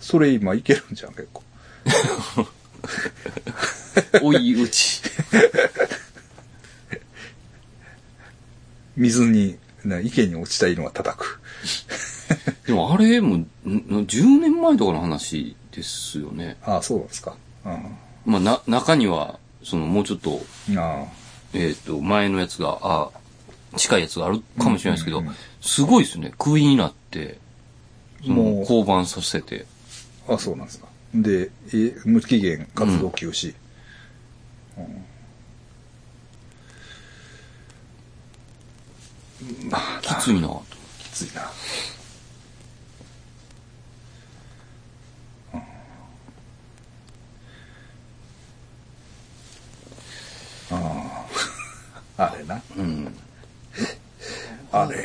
S1: それ今いけるんじゃん、結構。
S2: [LAUGHS] 追いうち。
S1: 水に、ね、池に落ちた犬は叩く。
S2: でもあれも、ん10年前とかの話ですよね。
S1: ああ、そうなんですか。うん。
S2: まあ、な、中には、その、もうちょっと、
S1: ああ。
S2: えっ、と、前のやつが、あ近いやつがあるかもしれないですけど、
S1: うんうんうん
S2: すごいですね。クイーンになって、そ
S1: も
S2: の
S1: う
S2: 降板させて。
S1: あ、そうなんですか。で、え無期限活動休止。うんまあ、
S2: きついなと。
S1: きついな。うんあああれな。
S2: うん。
S1: あれ。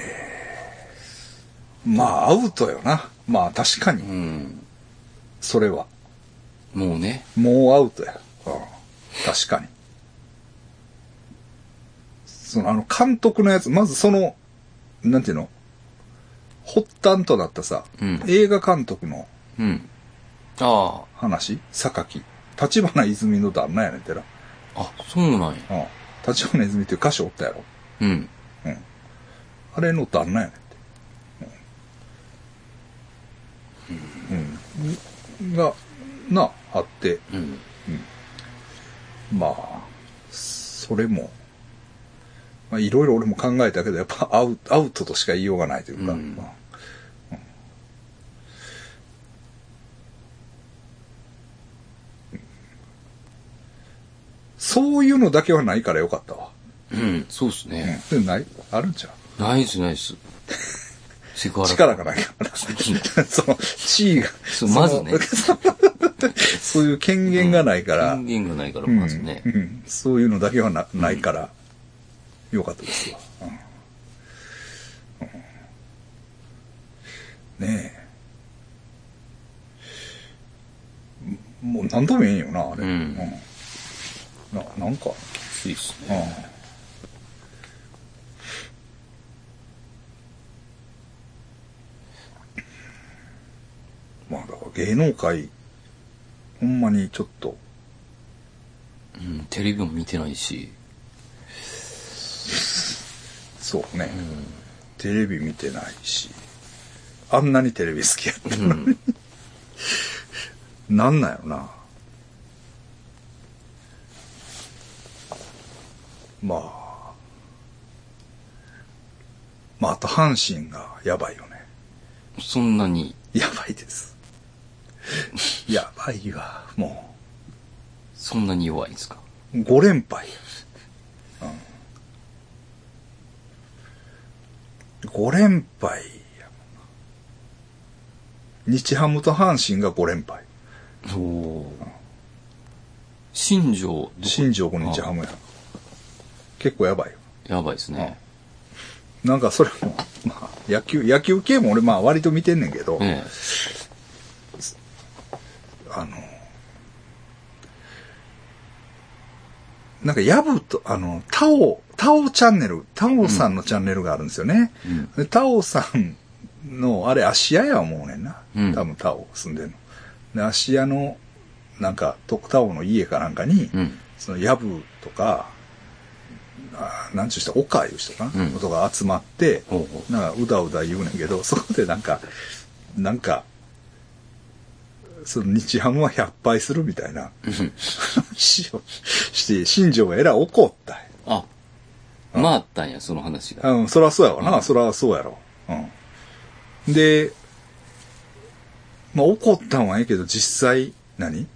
S1: まあ、アウトよな。まあ、確か
S2: う
S1: に、
S2: ん。
S1: それは。
S2: もうね。
S1: もうアウトや。うん確かに。その、あの、監督のやつ、まずその、なんていうの発端となったさ、
S2: うん
S1: 映画監督の
S2: うん。あ
S1: 話榊。立花泉の旦那やねんてな。
S2: あ。あ、そうなん
S1: う
S2: や。
S1: ん。立花泉っていう歌手おったやろ。
S2: うん。
S1: うん。あれの旦那やねんて。うん。うん。が、な、あって、
S2: うん。
S1: まあ、それも、まあ、いろいろ俺も考えたけど、やっぱアウアウトとしか言いようがないというか、
S2: うん
S1: まあうんそういうのだけはないからよかったわ。
S2: うん。そうですね。
S1: うんないあるんちゃ
S2: ナイスナイス。セクハ
S1: う
S2: ラ。
S1: 力がないから。 [LAUGHS] その、地位が。
S2: そうまずね
S1: その [LAUGHS] そういう権限がないから。
S2: 権限がないから、まずね
S1: う。んうんそういうのだけはなないから、よかったですわ。うんうんねえ。もう何度も言えんよな、あれ。
S2: うん
S1: うんななんか、
S2: きついっす
S1: う
S2: ね。
S1: んまあだから芸能界、ほんまにちょっと、
S2: うん。テレビも見てないし。
S1: そうね、テレビ見てないし、あんなにテレビ好きやったのに。 [LAUGHS] なんなんやろな。まあ。まあ、あと阪神がやばいよね。
S2: そんなに。
S1: やばい [LAUGHS] です。やばいわ、も
S2: そんなに弱いんですか
S1: う。5連敗。うん、5連敗やもんな。日ハムと阪神が5連敗。
S2: おお。新庄、どこ
S1: 新庄5日ハムや。結構やばいよ。
S2: やばいですね。
S1: なんかそれも、まあ、野球、野球系も俺まあ割と見てんねんけど、
S2: え
S1: あの、なんかヤブと、あの、タオ、タオチャンネル、タオさんのチャンネルがあるんですよね。
S2: うん
S1: でタオさんの、あれ、芦屋や思うねんな。
S2: うん
S1: 多分タオ住んでんの。で、芦屋の、なんか、徳タオの家かなんかに、
S2: えうん。
S1: そのヤブとか、あーなんちゅう人、岡いう人かな、
S2: うん
S1: とか集まって、
S2: ほうほう。
S1: なんかうだうだ言うねんけど、 [LAUGHS] そこでなんか、なんか、その日ハムは100敗するみたいな
S2: うん
S1: 話をして、新庄がえらい怒ったんや。
S2: あ、まああったんや、その話が。
S1: うん、そらそうやわな、
S2: うん
S1: そらそうやろ。うん。で、まあ怒ったんはええけど、実際、何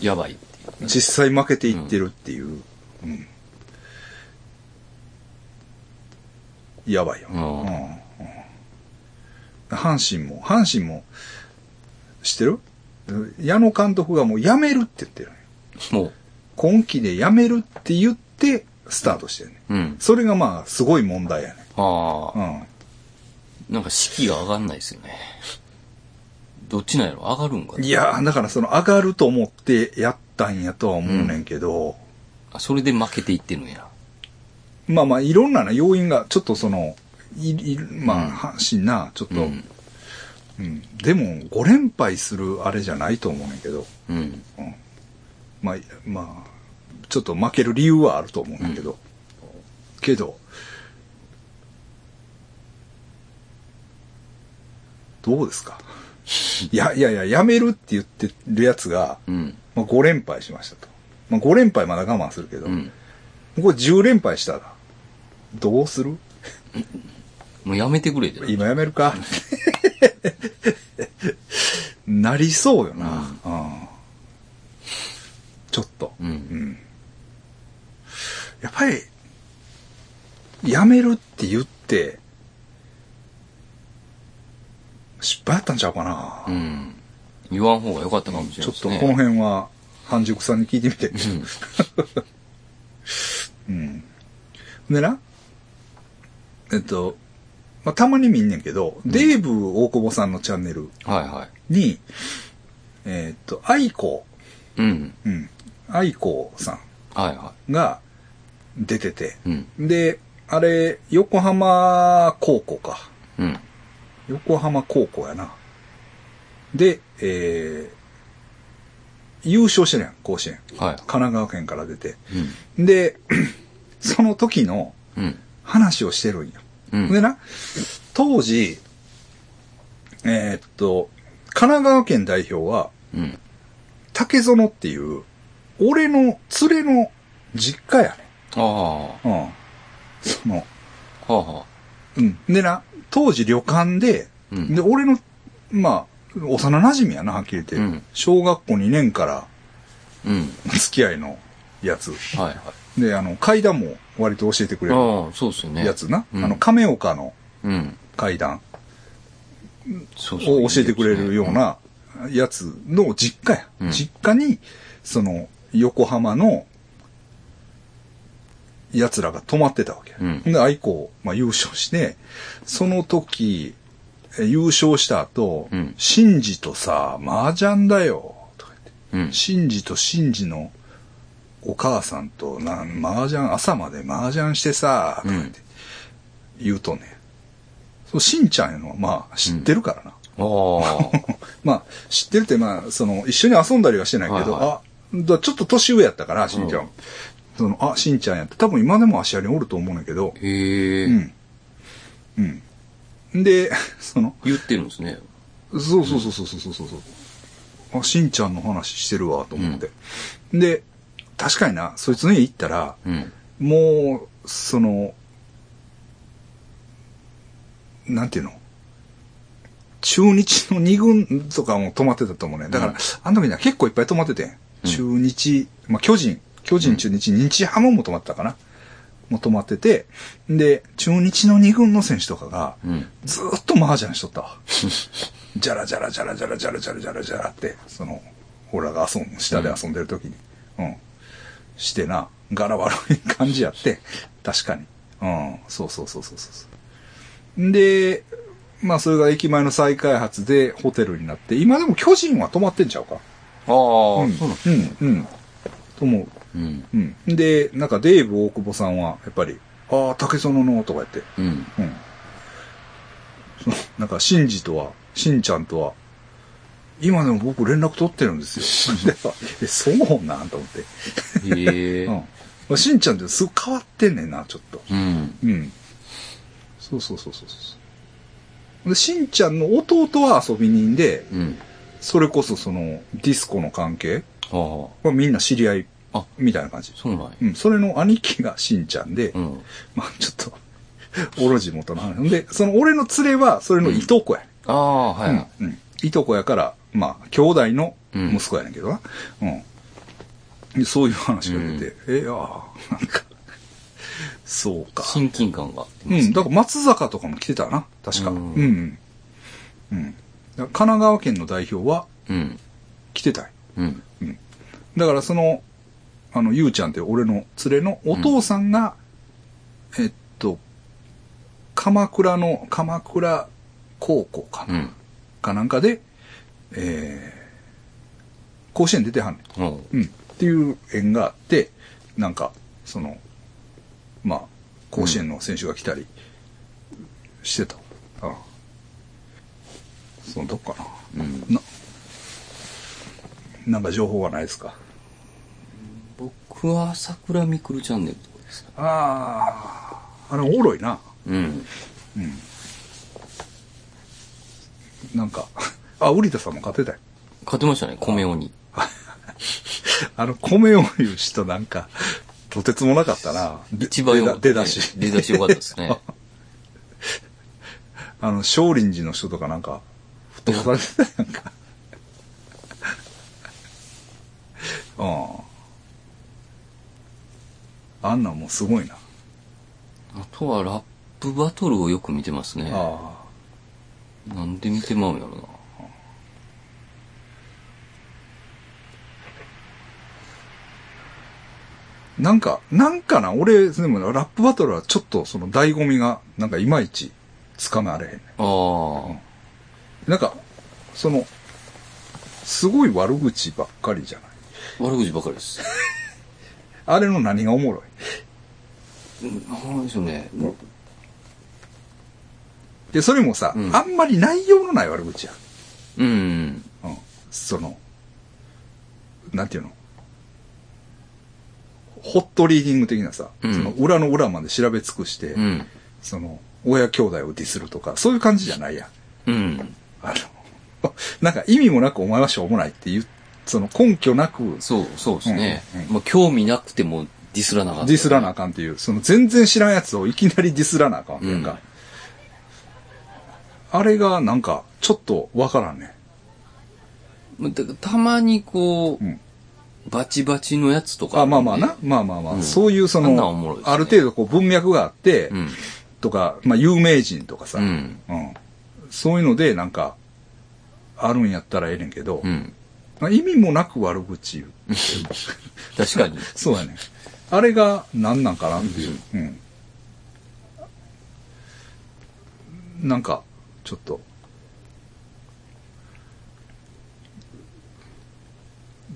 S2: やばいっていう。
S1: 実際負けていってるっていう。うん。やばいよ。
S2: うん
S1: うんうん阪神も、阪神も、知ってる矢野監督がもう辞めるって言ってるのよ
S2: も
S1: 今季で辞めるって言って、スタートしてるね。
S2: う。うん。
S1: それがまあ、すごい問題やね。
S2: あ
S1: う
S2: あ、
S1: ん。
S2: なんか士気が上がんないですよね。どっちなんやろ上がるんかない
S1: やー、だからその上がると思ってやったんやとは思うねんけど、
S2: あ、それで負けていってるんや。
S1: まあまあいろんなね、要因が、ちょっとその、い、い、ま
S2: う
S1: あ、
S2: ん
S1: 阪神な、ちょっ
S2: う
S1: と、うん
S2: ん。、
S1: でも5連敗するあれじゃないと思うねんけど、
S2: うん。
S1: まあ、まあ、ちょっと負ける理由はあると思うんだけど、けど、どうです [LAUGHS] かいや、いやいや、やめるって言ってるやつが、
S2: うん。
S1: まあ、5連敗しましたと。まあ、5連敗まだ我慢するけど、
S2: うん。
S1: これ10連敗したら、どうする
S2: もうやめてくれて
S1: 今やめるか [LAUGHS] なりそうよな。うんちょっと。
S2: う。
S1: うんんやっぱり、辞めるって言って、失敗やったんちゃうかな、
S2: うん。言わん方が良かったかもしれ
S1: ちょ
S2: ない
S1: っ
S2: です
S1: と
S2: ね。
S1: この辺は、半熟さんに聞いてみて。
S2: うん。
S1: うん。でな、えっと、まあ、たまに見んねんけど、デーブ大久保さんのチャンネル
S2: はいは
S1: に、えっと、愛子、
S2: い。うん。
S1: うん、愛子さ
S2: はいは
S1: んが出てて、
S2: い。うん。
S1: で、あれ、横浜高校か。
S2: うん。
S1: 横浜高校やな。で、えー、優勝してるやん、甲子園。
S2: は
S1: 神奈川県から出て。
S2: い。うん。
S1: で、 [CLEARS THROAT] その時の
S2: うん。
S1: 話をしてるんや。
S2: うん。
S1: でな、当時、えーっと、神奈川県代表は、
S2: うん。
S1: 竹園っていう、俺の連れの実家や
S2: ああ。は
S1: ね。うん。その、
S2: あはあ。
S1: うん。でな、当時旅館で、
S2: うん。
S1: で、俺の、まあ、幼馴染やな、はっきり言って。
S2: うん
S1: 小学校2年から
S2: うん。
S1: 付き合いのやつ。
S2: はいはい。
S1: で、あの、階段も割と教えてくれる
S2: ああ、そうですよね。
S1: やつな。
S2: うん
S1: あの、亀岡の
S2: うん。
S1: 階段
S2: そうそう。
S1: を教えてくれるようなやつの実家や。
S2: うん
S1: 実家に、その、横浜の、奴らが泊まってたわけ。
S2: うん
S1: で、愛子、まあ、優勝して、その時、え優勝した後、
S2: うん
S1: シンジとさ、麻雀だよ、とか言って。
S2: うん。
S1: シンジとシンジのお母さんとなん、麻雀、朝まで麻雀してさ、とか言って、言うとね、そう、シンちゃんいうのは、まあ、知ってるからな。
S2: あ
S1: [LAUGHS] まあ、知ってるって、まあ、その、一緒に遊んだりはしてないけど、
S2: はいは
S1: あ、だちょっと年上やったから、しんちゃん。
S2: うん
S1: その、あ、しんちゃんやって、多分今でも芦屋におると思うんだけど
S2: あ。、へえ。
S1: うん。うん。で、 [LAUGHS] その、
S2: 言ってるんですね。
S1: そうそうそうそうそうそうそう。あ、しんちゃんの話してるわ、と思って。で、確かにな、そいつの家行ったら、
S2: うん。
S1: もう、その、なんていうの中日の2軍とかも泊まってたと思うね。だから、
S2: うん
S1: あの時には結構いっぱい泊まっててん。
S2: うん
S1: 中日、まあ、巨人、巨人、中日、日ハムも泊まってたかな。もう泊まってて、で、中日の2軍の選手とかが、
S2: うん。
S1: ずーっと麻雀しとったわ。じゃらじゃらじゃらじゃらじゃらじゃらじゃらじゃらって、その、俺らが遊ん、下で遊んでる時に、うん。してな、柄悪い感じやって、確かに。うん、そうそうそうそうそう。んで、まあそれが駅前の再開発でホテルになって、今でも巨人は泊まってんちゃうか。
S2: ああ、
S1: うん、
S2: そうなん
S1: うん、うん。と思う。
S2: うん。
S1: うん。で、なんかデーブ大久保さんは、やっぱり、ああ、竹園の、とか言って、
S2: うん。
S1: うん。そのなん [LAUGHS] か、シンジとは、シンちゃんとは、今でも僕連絡取ってるんですよ。 [LAUGHS] でえ、そうなんと思って。
S2: へえ。
S1: う
S2: うん
S1: まあ。しんちゃんってすぐ変わってんねんな、ちょっと。
S2: ん。
S1: うん。そうそうそうそうそう。で、しんちゃんの弟は遊び人で、
S2: うん。
S1: それこそその、ディスコの関係
S2: あ
S1: はみんな知り合い
S2: あ。あ、
S1: みたいな感じ。
S2: そうなんや。
S1: うん、それの兄貴がしんちゃんで、
S2: うん。
S1: まあちょっと、お [LAUGHS] ろじ元の話。ほんで、その俺の連れは、それのいとこや、ね
S2: ああ、はいはい。
S1: うんうん。いとこやから、まあ、兄弟の息子やねんけどな。うん。でそういう話が出て、え、ああ、なんか、そうか。
S2: 親近感が。
S1: うん、だから松坂とかも来てたな、確か。う
S2: うんん、
S1: うん。うん。だから神奈川県の代表は
S2: うん。
S1: 来てたんよ
S2: うん。
S1: だからその、あの、ゆうちゃんって俺の連れのお父さんが、えっと、鎌倉の、鎌倉高校か
S2: う
S1: な、
S2: ん。
S1: かなんかで、えー、甲子園出てはんねん。
S2: うん。
S1: うん。っていう縁があって、なんか、その、まあ、甲子園の選手が来たりしてた。ああそのどっか
S2: うん。
S1: な。な、なんか情報はないですか
S2: 僕は桜みくるチャンネルとかですね。
S1: ああ、あれおもろいな。
S2: うん。
S1: なんか、あ、ウリタさんも勝てたよ。
S2: 買ってましたね、米鬼。
S1: あの、米を言う人なんか、とてつもなかったな。で
S2: 一番良かった、
S1: 出
S2: ね。
S1: だ出だし。
S2: 出だし良かったです
S1: [LAUGHS]
S2: ね。
S1: あの、少林寺の人とかなんか、ふ [LAUGHS] っ飛ばされてたやんか。うん。あんなんもうすごいな。
S2: あとはラップバトルをよく見てますね。
S1: ああ。
S2: なんで見てまうんやろな。
S1: なんか、なんかな、俺、でもラップバトルはちょっとその醍醐味が、なんかいまいちつかめられへんね。
S2: ああ。
S1: なんか、その、すごい悪口ばっかりじゃない。
S2: 悪口ばかりです。
S1: あれの何がおもろい
S2: うんあれですよね。
S1: で、それもさ、
S2: うん
S1: あんまり内容のない悪口やん。
S2: うん。
S1: うん。その、なんていうのホットリーディング的なさ、
S2: うん
S1: その裏の裏まで調べ尽くして、
S2: うん。
S1: その、親兄弟をディスるとか、そういう感じじゃないやん。
S2: うん。
S1: あの、 [LAUGHS] なんか意味もなくお前はしょうもないっていう、その根拠なく
S2: そう、そうですね。
S1: うんうん
S2: まあ、興味なくてもディスらなかった。
S1: ディスらなあかんっていう、その全然知らんやつをいきなりディスらなあかんっていうか、あれがなんか、ちょっとわからんね。
S2: まあだからたまにこう、
S1: うん
S2: バチバチのやつとか
S1: あ、
S2: るんで
S1: まあまあな。。まあまあまあ、
S2: うん
S1: そういうそ
S2: あんなんおもろ
S1: の
S2: い、ですね
S1: ある程度こう文脈があって、
S2: うん。
S1: とか、まあ有名人とかさ、
S2: うん。
S1: うんそういうのでなんか、あるんやったらええねんけど
S2: う、ん。
S1: 意味もなく悪口言う。
S2: 確かに。
S1: そうやね。あれが何なんかなっていう。うん。なんか、ちょっと。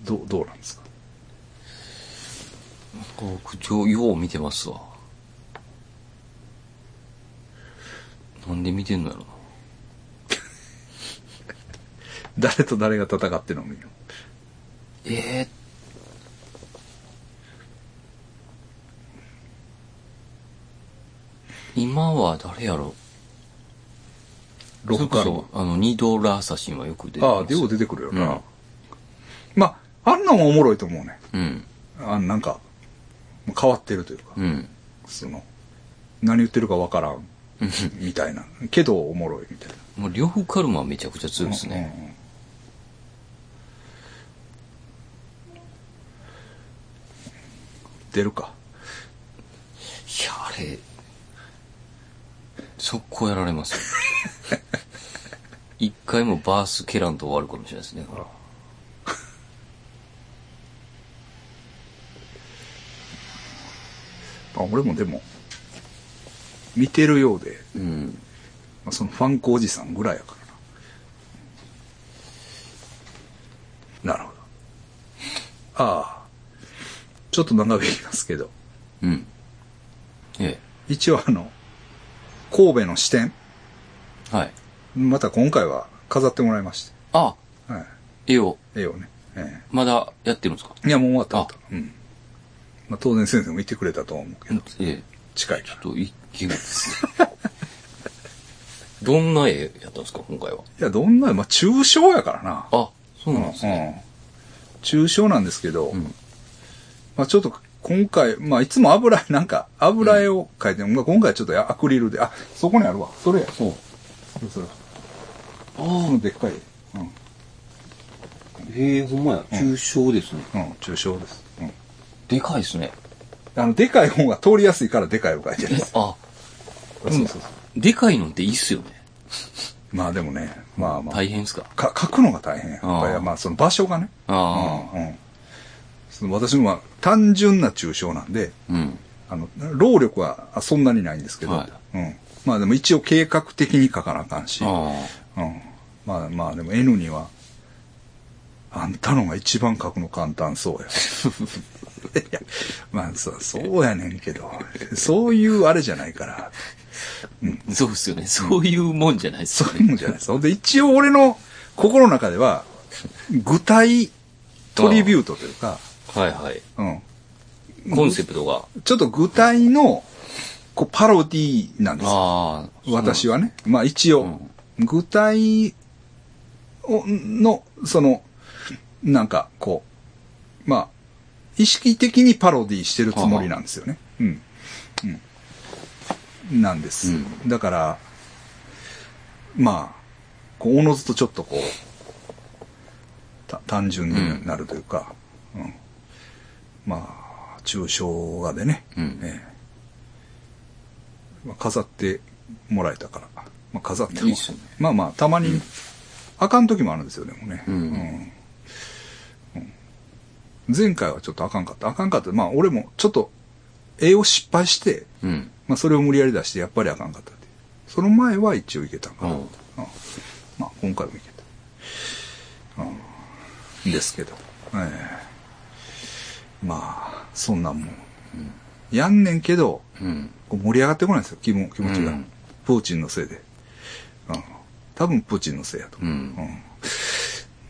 S1: どう、どうなんですか
S2: 僕、上よう見てますわ。なんで見てんのやろな。
S1: 誰と誰が戦ってるのもいいの
S2: ええ今は誰やろ
S1: ロッカー
S2: それこ
S1: の。
S2: そあの、ニドラアサシンはよく出てま
S1: あ
S2: す
S1: あ、でよう出てくるよな。
S2: うん
S1: まあ、あんなんもおもろいと思うね。
S2: うん。
S1: あなんか、変わってるというか、
S2: うん。
S1: その、何言ってるかわ [LAUGHS] からん、みたいな。けど、おもろい、みたいな。
S2: もう、両方カルマはめちゃくちゃ強いですね。
S1: うんうんうん。出るか。
S2: いや、あれ、速攻やられますよ。 [LAUGHS] 一回もバース蹴らんと終わるかもしれないですね。これ
S1: あ、俺もでも、見てるようで、
S2: うん。
S1: まあ、そのファンクおじさんぐらいやからな。なるほど。ああ。ちょっと長引きますけど、
S2: うん。え
S1: 一応あの、神戸の支店、
S2: え。はい。
S1: また今回は飾ってもらいまし
S2: あ、
S1: た。はい。
S2: 絵を、
S1: ええよね。え
S2: まだやってるんですか
S1: え。いや、もう終わった終わった。うん。まあ、当然先生も言ってくれたとは思うけど、
S2: ええ。
S1: 近いから。
S2: と、一見ですね。 [LAUGHS] どんな絵やったんですか今回は。
S1: いや、どんな、まあ、抽象やからな。
S2: あ、そう
S1: う
S2: なん
S1: ん
S2: ですね。
S1: 抽象なんですけど、
S2: うん。
S1: まあちょっと今回、まあいつも油絵、 [LAUGHS] なんか油絵を描いてる、まあ今回ちょっとアクリルで、あ、そこにあるわ。それや。
S2: そう。
S1: そうそれ。こ
S2: あ
S1: のでっかい。うん。
S2: あ、へえ、ほんまや。抽象ですね。
S1: うん、抽象です。うん。
S2: でかいですね。
S1: あの、でかい方が通りやすいからでかいを描いてるんです。
S2: あ、
S1: そうそうそう。
S2: でかいのっていいっすよね。
S1: まあでもね、まあまあ。
S2: 大変っすか
S1: か描くのが大変。やっ
S2: あ
S1: ぱ
S2: あ
S1: りまあその場所がね。
S2: あ
S1: うん。うんその私もまあ単純な抽象なんで、
S2: あ。うん。
S1: あの、労力はそんなにないんですけど、
S2: はい
S1: うん。まあでも一応計画的に書かなあかんし、
S2: ああ。
S1: うん。まあまあでも N には、あんたのが一番書くの簡単そう
S2: [LAUGHS]
S1: や。いや、まあそそうやねんけど、そういうあれじゃないから、
S2: そうっすよね。 [LAUGHS] そういうもんじゃないっす
S1: そ
S2: よ
S1: ういう
S2: ね。
S1: もんじゃないです。ほんで一応俺の心の中では、具体トリビュートというか、
S2: はいはい。
S1: うん。
S2: コンセプトが。
S1: ちょっと具体の、こう、パロディーなんですよ
S2: ああ。
S1: 私
S2: は。
S1: はね。まあ一応、具体をの、その、なんかこう、まあ、意識的にパロディしてるつもりなんですよね。うん。うん。なんです。
S2: う
S1: だから、まあ、こう、おのずとちょっとこう、た単純になるというか、うん。まあ、抽象画でね、
S2: うん
S1: ええまあ、飾ってもらえたから。まあ、飾っても
S2: いいっすよね
S1: まあまあ、たまに、あかん時もあるんですよ、でもね。
S2: うん
S1: うん前回はちょっとあかんかった。あかんかった。まあ、俺もちょっと、絵を失敗して、
S2: うん。
S1: まあ、それを無理やり出して、やっぱりあかんかったっていうその前は一応いけたんかな。
S2: うん
S1: まあ、今回もいけた。うん、ですけど。ええまあ、そんなんもん。やんねんけど、
S2: うん。
S1: こう盛り上がってこないんですよ、気も気持ちが、
S2: うん
S1: プーチンのせいで。うん。多分プーチンのせいやと。
S2: うん。
S1: うん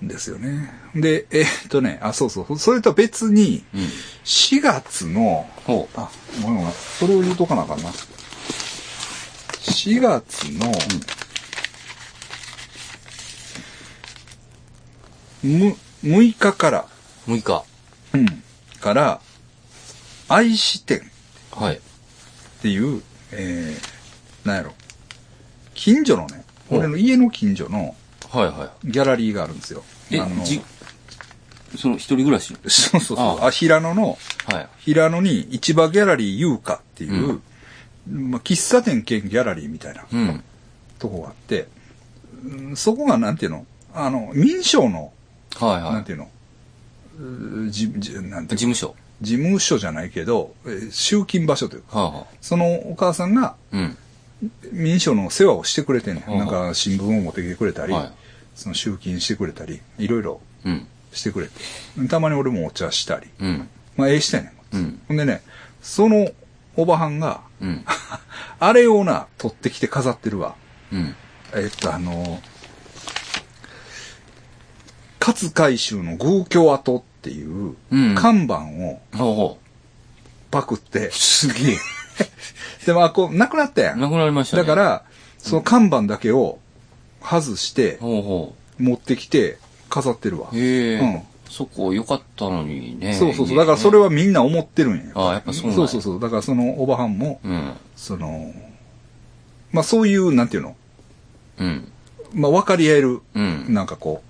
S1: ですよね。で、えっとね、あ、そうそう、それとは別に、
S2: うん。
S1: 4月の、
S2: ほ
S1: あ、ごめんごめん。それを言うとかなあかんな。4月の、む、6日から、
S2: う。6日。
S1: うん、から、愛視店っ
S2: はい。
S1: ていう、えー、なんやろ。近所のね、
S2: うん
S1: 俺の家の近所の
S2: はいは
S1: ギャラリーがあるんですよ。
S2: い。え
S1: あ、の、
S2: じ、その一人暮らしの
S1: そうそうそう。
S2: あ
S1: あ平野の、
S2: はい。
S1: 平野に市場ギャラリー優香っていう、まあ、喫茶店兼ギャラリーみたいな
S2: うん。
S1: とこがあって、うんそこがなんていうのあの、民商の、
S2: はいは
S1: なん
S2: い。
S1: ていうのうじ、じ、なんてい
S2: 事
S1: うの
S2: 務所。
S1: 事務所じゃないけど、えー集金場所というか、
S2: はいは
S1: そのお母さんが
S2: い。うん。
S1: 民商の世話をしてくれてんね
S2: うん
S1: ん。なんか新聞を持ってきてくれたり、
S2: はい
S1: その集金してくれたり、いろいろ
S2: うん。
S1: してくれて。たまに俺もお茶したり。
S2: うん。
S1: まあ、ええしてんねん。
S2: うん。
S1: ほんでね、そのおばはんが、 [LAUGHS]
S2: うん。
S1: あれをな、取ってきて飾ってるわ。
S2: うん。
S1: えっと、あの、勝海舟の偶教跡っていう [LAUGHS]
S2: うん
S1: 看板を
S2: ほうほ
S1: パクって
S2: う。、すげえ。
S1: [LAUGHS] でも、あこう、なくなったやん。
S2: なくなりましたね。
S1: だか、ら、その看板だけを外して、
S2: ほうほ
S1: 持ってきて飾ってるわ
S2: う。。へえ。
S1: うん
S2: そこ良かったのにね。
S1: そうそうそう。だからそれはみんな思ってるんや。
S2: ああやっぱそうなんや
S1: そうそうそう。だからそのおばはんも、
S2: うん。
S1: その、まあそういう、なんていうの
S2: うん。
S1: まあ分かり合える
S2: うん。
S1: なんかこ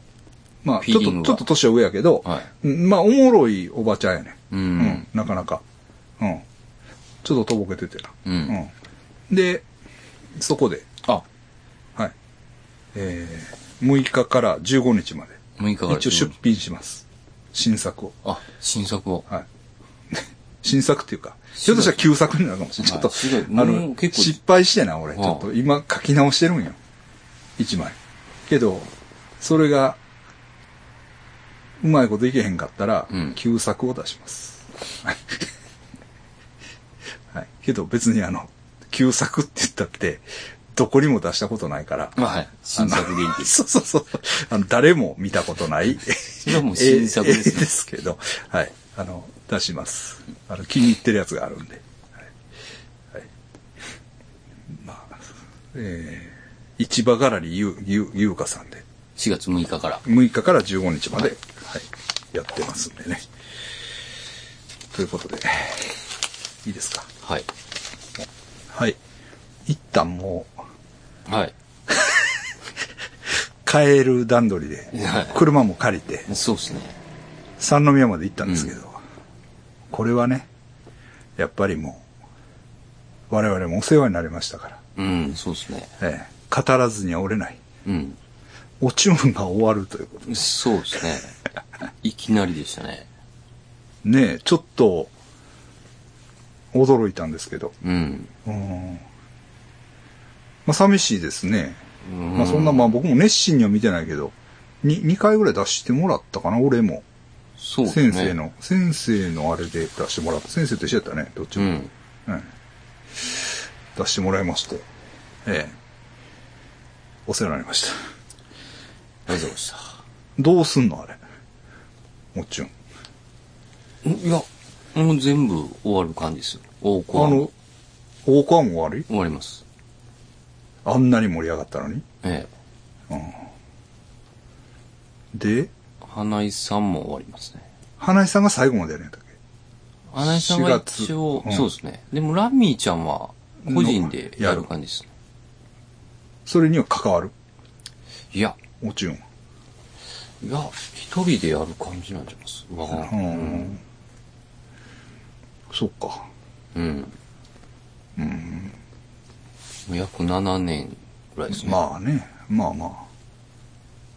S1: う、まあ、
S2: フ
S1: ちょ
S2: ィー
S1: っ
S2: リ
S1: と
S2: ング、が
S1: ちょっと年は上やけど、
S2: はい。
S1: うんまあ、おもろいおばちゃんやね。
S2: う
S1: うんん。、なかなか。うん。ちょっととぼけててな。
S2: う。
S1: うんん。で、そこで、
S2: あ、
S1: はい。えー、6日から15日まで、
S2: 6日から。
S1: 一応出品します。新作を。
S2: あ、新作を。
S1: はい。 [LAUGHS] 新作っていうか、ひょっとしたら旧作になるかもしれない。ちょっ
S2: は
S1: と、
S2: いすごい
S1: あ
S2: も
S1: の
S2: う、結構
S1: 失敗してな、俺。ち
S2: ああ
S1: ょっと今書き直してるんよ。一枚。けど、それが、うまいこといけへんかったら、
S2: うん
S1: 旧作を出します。はい。けど別にあの、旧作って言ったって、どこにも出したことないから。
S2: まあ、はい。 [LAUGHS] 新作元
S1: [LAUGHS]
S2: 気
S1: そうそうそう。あの、誰も見たことない。
S2: それはもう新作で
S1: ええですすけど、はい。あの、出します。あの、気に入ってるやつがあるんで。はい。はい、まあ、えー、市場がらりゆう、ゆう、ゆうかさんで、
S2: 4月6日から。
S1: 6日から15日まで、はい、やってますんでね。ということで、いいですか。
S2: はい。
S1: はい。一旦もう、
S2: はい。
S1: 帰る段取りで
S2: はい、
S1: 車も借りて、
S2: そうですね。
S1: 三宮まで行ったんですけど、これはね、やっぱりもう、我々もお世話になりましたから、
S2: うん、そうですね。
S1: ええ、語らずには折れない。
S2: うん。
S1: お注文が終わるということ。
S2: そうですね。 [LAUGHS] いきなりでしたね。
S1: ねえ、ちょっと、驚いたんですけど、
S2: うん。
S1: うん。まあ、寂しいですね。
S2: うん
S1: まあ、そんな、まあ、僕も熱心には見てないけど、に、2回ぐらい出してもらったかな、俺も。
S2: そうですね。
S1: 先生。の、先生のあれで出してもらった。先生と一緒やったね、どっち
S2: う
S1: も。
S2: ん。
S1: うん出してもらいまして、ええ、お世話になりました。
S2: ありがとうございました。
S1: どうすんのあれ。もちろん。
S2: んいや、もう全部終わる感じですよ。大
S1: あの
S2: 行、
S1: 大川も悪い
S2: 終わります。
S1: あんなに盛り上がったのに。
S2: ええ。
S1: で、
S2: 花井さんも終わりますね。
S1: 花井さんが最後までやるんやったっ
S2: 花井さんは
S1: 4月
S2: 一応、
S1: うん
S2: そうですね。でもラミーちゃんは個人でやる感じですね。
S1: けそれには関わる。
S2: いや、
S1: もちろん。
S2: いや、一人でやる感じなんじゃないですか。わから。
S1: うんん。そっか。
S2: うん。うん。約7年ぐらいですね。
S1: まあね、まあまあ。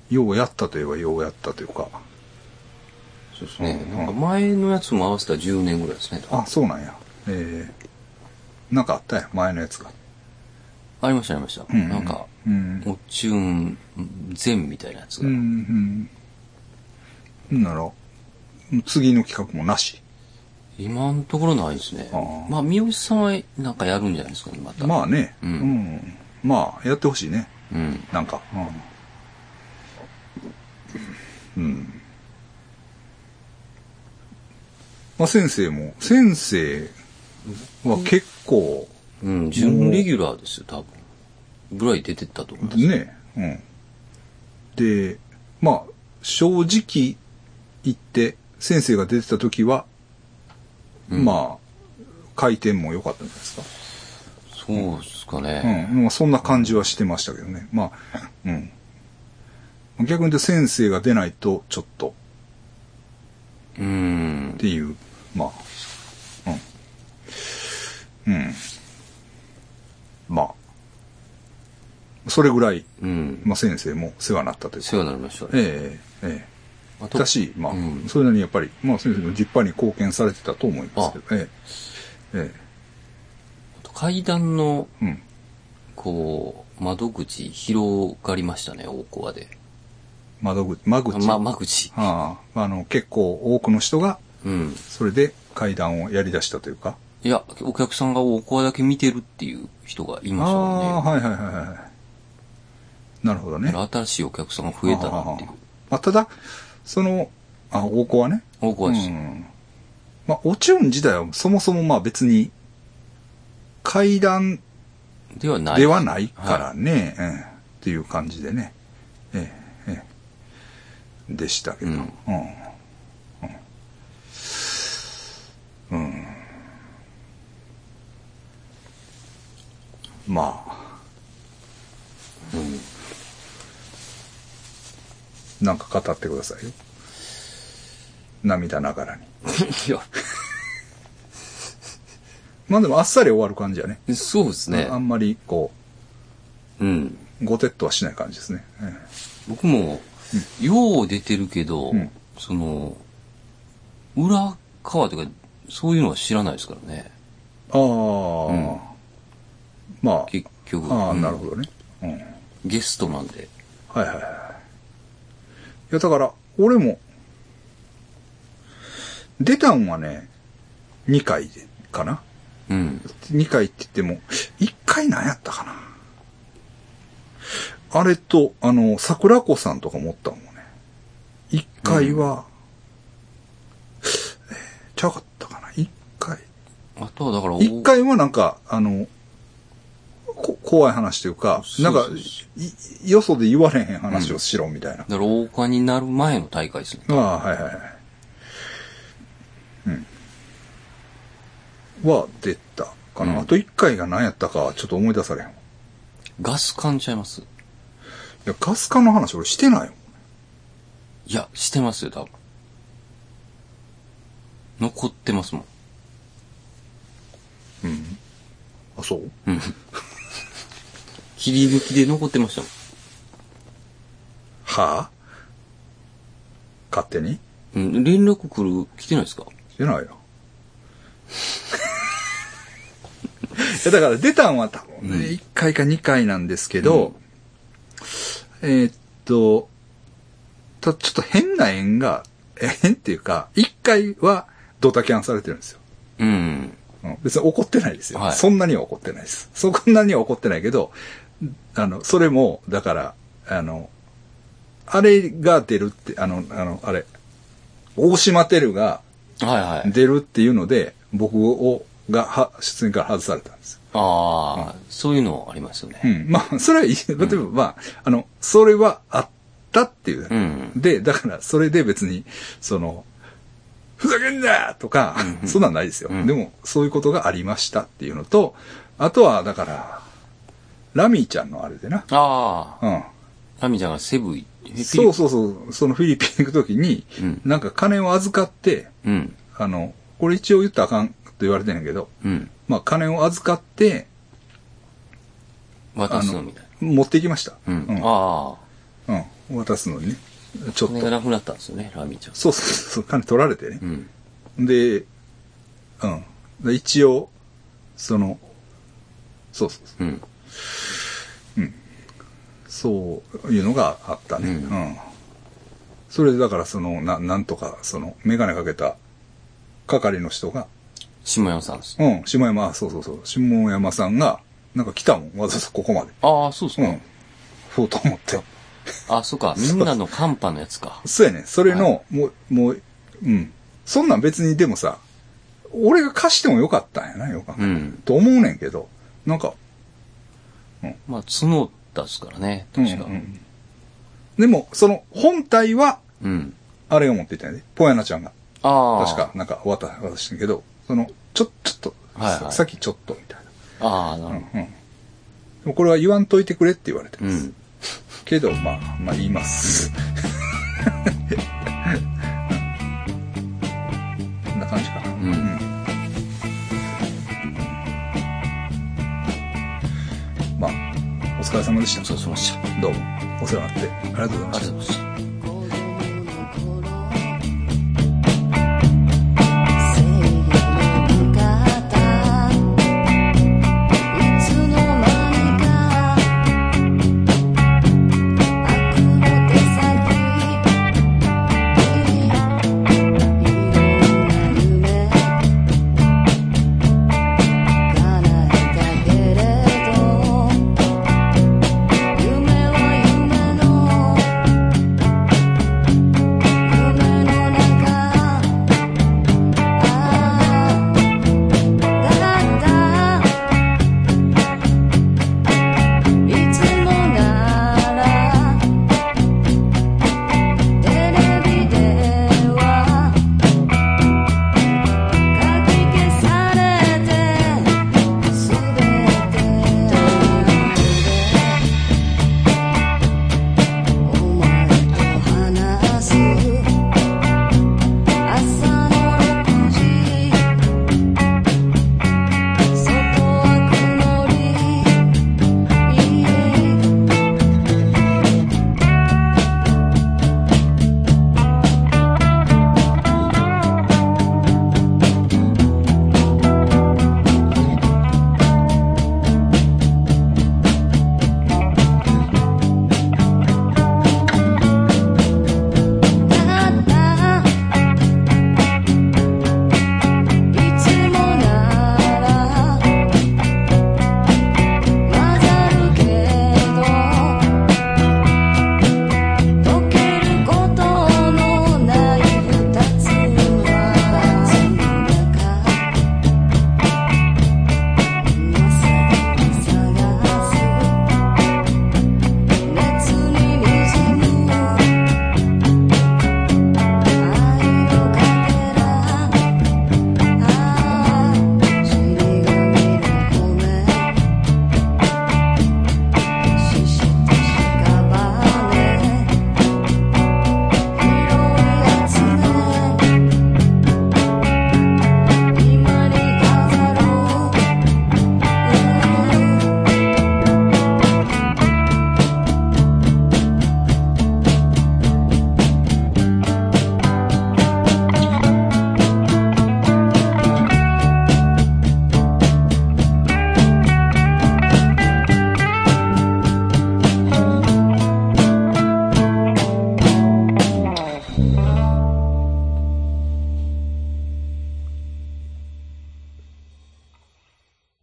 S1: ようやったといえばようやったというか。
S2: そうですね。
S1: うん
S2: なんか前のやつも合わせたら10年ぐらいですね。
S1: あ、そうなんや。ええなんかあったやん、前のやつが。
S2: ありました、ありました。
S1: うん
S2: なんか、
S1: うん
S2: おチューン全みたいなやつ
S1: う
S2: が。
S1: ん、うん。なら、次の企画もなし。
S2: 今のところないですね
S1: あー。
S2: まあ、三好さんはなんかやるんじゃないですかね、また。
S1: まあね、
S2: うん
S1: んまあ、やってほしいね。
S2: うん。
S1: なんか。うん。うん。まあ先生も、先生は結構、
S2: うん、準レギュラーですよ、多分。ぐらい出てったと思います。
S1: ね、うん。で、まあ、正直言って、先生が出てた時は、まあ、回転も良かったんじゃないですか。
S2: そうですかね。
S1: うん。まあ、そんな感じはしてましたけどね。まあ、うん。逆に言うと先生が出ないと、ちょっと、
S2: う
S1: っ
S2: ん。
S1: ていう、まあ、うん。うん。まあ、それぐらい、
S2: うん。
S1: まあ先生も世話になったというか
S2: 世話になりましたね。
S1: えええ
S2: あ
S1: え。だし、まあ、
S2: うん
S1: それなりにやっぱり、まあ先生も立派に貢献されてたと思いますけど、ええ。え
S2: あと階段の、
S1: え。うん。
S2: こう、窓口広がりましたね、大コアで。
S1: 窓口、間口。
S2: ま、間口。
S1: ああ、あの、結構多くの人が、
S2: うん。
S1: それで階段をやり出したというか。
S2: いや、お客さんが大コアだけ見てるっていう人がいましたもんね。
S1: ああ、はいはいはいはい。なるほどね。
S2: 新しいお客さんが増えたなっていう
S1: あ。あああただ、その、あ、大子はね。
S2: 大コア
S1: う
S2: です。
S1: ん。まあ、オチュン自体はそもそもまあ別に、階段
S2: ではない。
S1: ではないからね、ええっていう感じでね、ええええでしたけど、
S2: う
S1: うんんうんうんまあ、なんか語ってくださいよ涙ながらに
S2: いや、
S1: まあでもあっさり終わる感じやね
S2: [LAUGHS] そうですね
S1: あ。んまりこ
S2: うん。
S1: うごてっとはしない感じですね、ええ
S2: 僕も、よう出てるけど、
S1: うん
S2: その、裏側というか、そういうのは知らないですからね。
S1: ああ、
S2: うん
S1: まあ、
S2: 結局。
S1: ああ、
S2: うん
S1: なるほどね。うん。はい
S2: ゲストなんで。
S1: はいはい。いや、だから、俺も、出たんはね、2回で、かな。
S2: うん。
S1: 2回って言っても、1回何やったかな。あれと、あの、桜子さんとか持ったもんね。1回は、えーちゃうかったかな。1回。
S2: あとはだから、お
S1: 一回はなんか、あの、こ怖い話というか、
S2: そう
S1: なんか
S2: そう
S1: い、よそで言われへん話をしろみたいな。
S2: だから、王冠になる前の大会ですね。
S1: ああ、はいはいはい。うん。は出たかな。
S2: うん
S1: あと一回が何やったか、ちょっと思い出されへんわ。い
S2: ガス缶ちゃいます
S1: や、ガス管の話俺してないよ。
S2: いや、してますよ、多分。残ってますもん。
S1: あ、そう [LAUGHS]
S2: うん。切り抜きで残ってましたもん。
S1: はあ勝手に
S2: うん、連絡来る、来てないですか
S1: してないよ。い [LAUGHS] やだから出たんは多分ね、
S2: うん
S1: 1回か2回なんですけど、えーっと、たちょっと変な縁が、え変っていうか、1回はドタキャンされてるんですよ。
S2: うん。
S1: うん別に怒ってないですよ、
S2: はい
S1: そんなには怒ってないです。そんなには怒ってないけど、あの、それも、だから、あの、あれが出るって、あの、あの、あれ、大島テルが、
S2: はいはい。
S1: 出るっていうので、僕を、が、は、出演から外されたんですよ。
S2: ああ、そういうのありますよ
S1: う
S2: ね。
S1: ん。まあ、それはいい。例えば、まあ、あの、それはあったっていう。
S2: うん。
S1: で、だから、それで別に、その、ふざけんなとか、
S2: うんうん
S1: そんなんないですよ、
S2: うん
S1: でも、そういうことがありましたっていうのと、あとは、だから、ラミーちゃんのあれでな。
S2: ああ、
S1: うん。
S2: ラミちゃんがセブン行って、
S1: そう
S2: そ
S1: そうそう。そのフィリピン行くときに、
S2: うん
S1: なんか金を預かって、
S2: う。うん。
S1: あの、これ一応言ったらあかんと言われてんやけど、
S2: うん。
S1: まあ、金を預かって、
S2: 渡すのみたい
S1: 持ってきました。
S2: な。うん。
S1: うん
S2: ああ。
S1: うん渡すのにね。ちょっ
S2: 金が
S1: と。
S2: なくなったんですよね、ラミちゃん。
S1: そうそうそう、金取られてね
S2: う。ん。
S1: で、うん。で一応、その、そうそうそ
S2: うん。
S1: う、そういうのがあったね。
S2: う
S1: うん。それでだから、その、な、なんとか、その、メガネかけた係の人が、
S2: 下山さんです。
S1: うん、下山、あそうそうそう、下山さんが、なんか来たもん、わざわざここまで。
S2: ああ、そうですか。
S1: うん。そうと思って。
S2: あ、そうか。みんなのカンパのやつか。
S1: そうやね。それの、
S2: は
S1: もう、もう、うん。そんなん別にでもさ、俺が貸してもよかったんやな、よか、
S2: うん。
S1: と思うねんけど、なんか、
S2: まあ、角田ですからね、
S1: うん、う
S2: 確か。
S1: ん。でも、その、本体は、
S2: うん。
S1: あれが持っていたんやで、ポヤナちゃんが。
S2: ああ。
S1: 確か、なんか、渡、渡してんけど、その、ちょ、ちょっと、
S2: はいはい
S1: ささっきちょっと、みたい
S2: ああ、な
S1: な。うん、う
S2: る
S1: ん。でもこれは言わんといてくれって言われて
S2: ほど。う
S1: ます。
S2: ん。
S1: けど、まあ、まあ言い
S2: [LAUGHS]
S1: ます。こんな感じかな。
S2: ん
S1: まあ、お疲れ様でし
S2: ごち
S1: た。
S2: そうさまでした。あ
S1: どうも、お世話になって、ありがとうございま
S2: りが
S1: し
S2: と
S1: た
S2: う。ございました。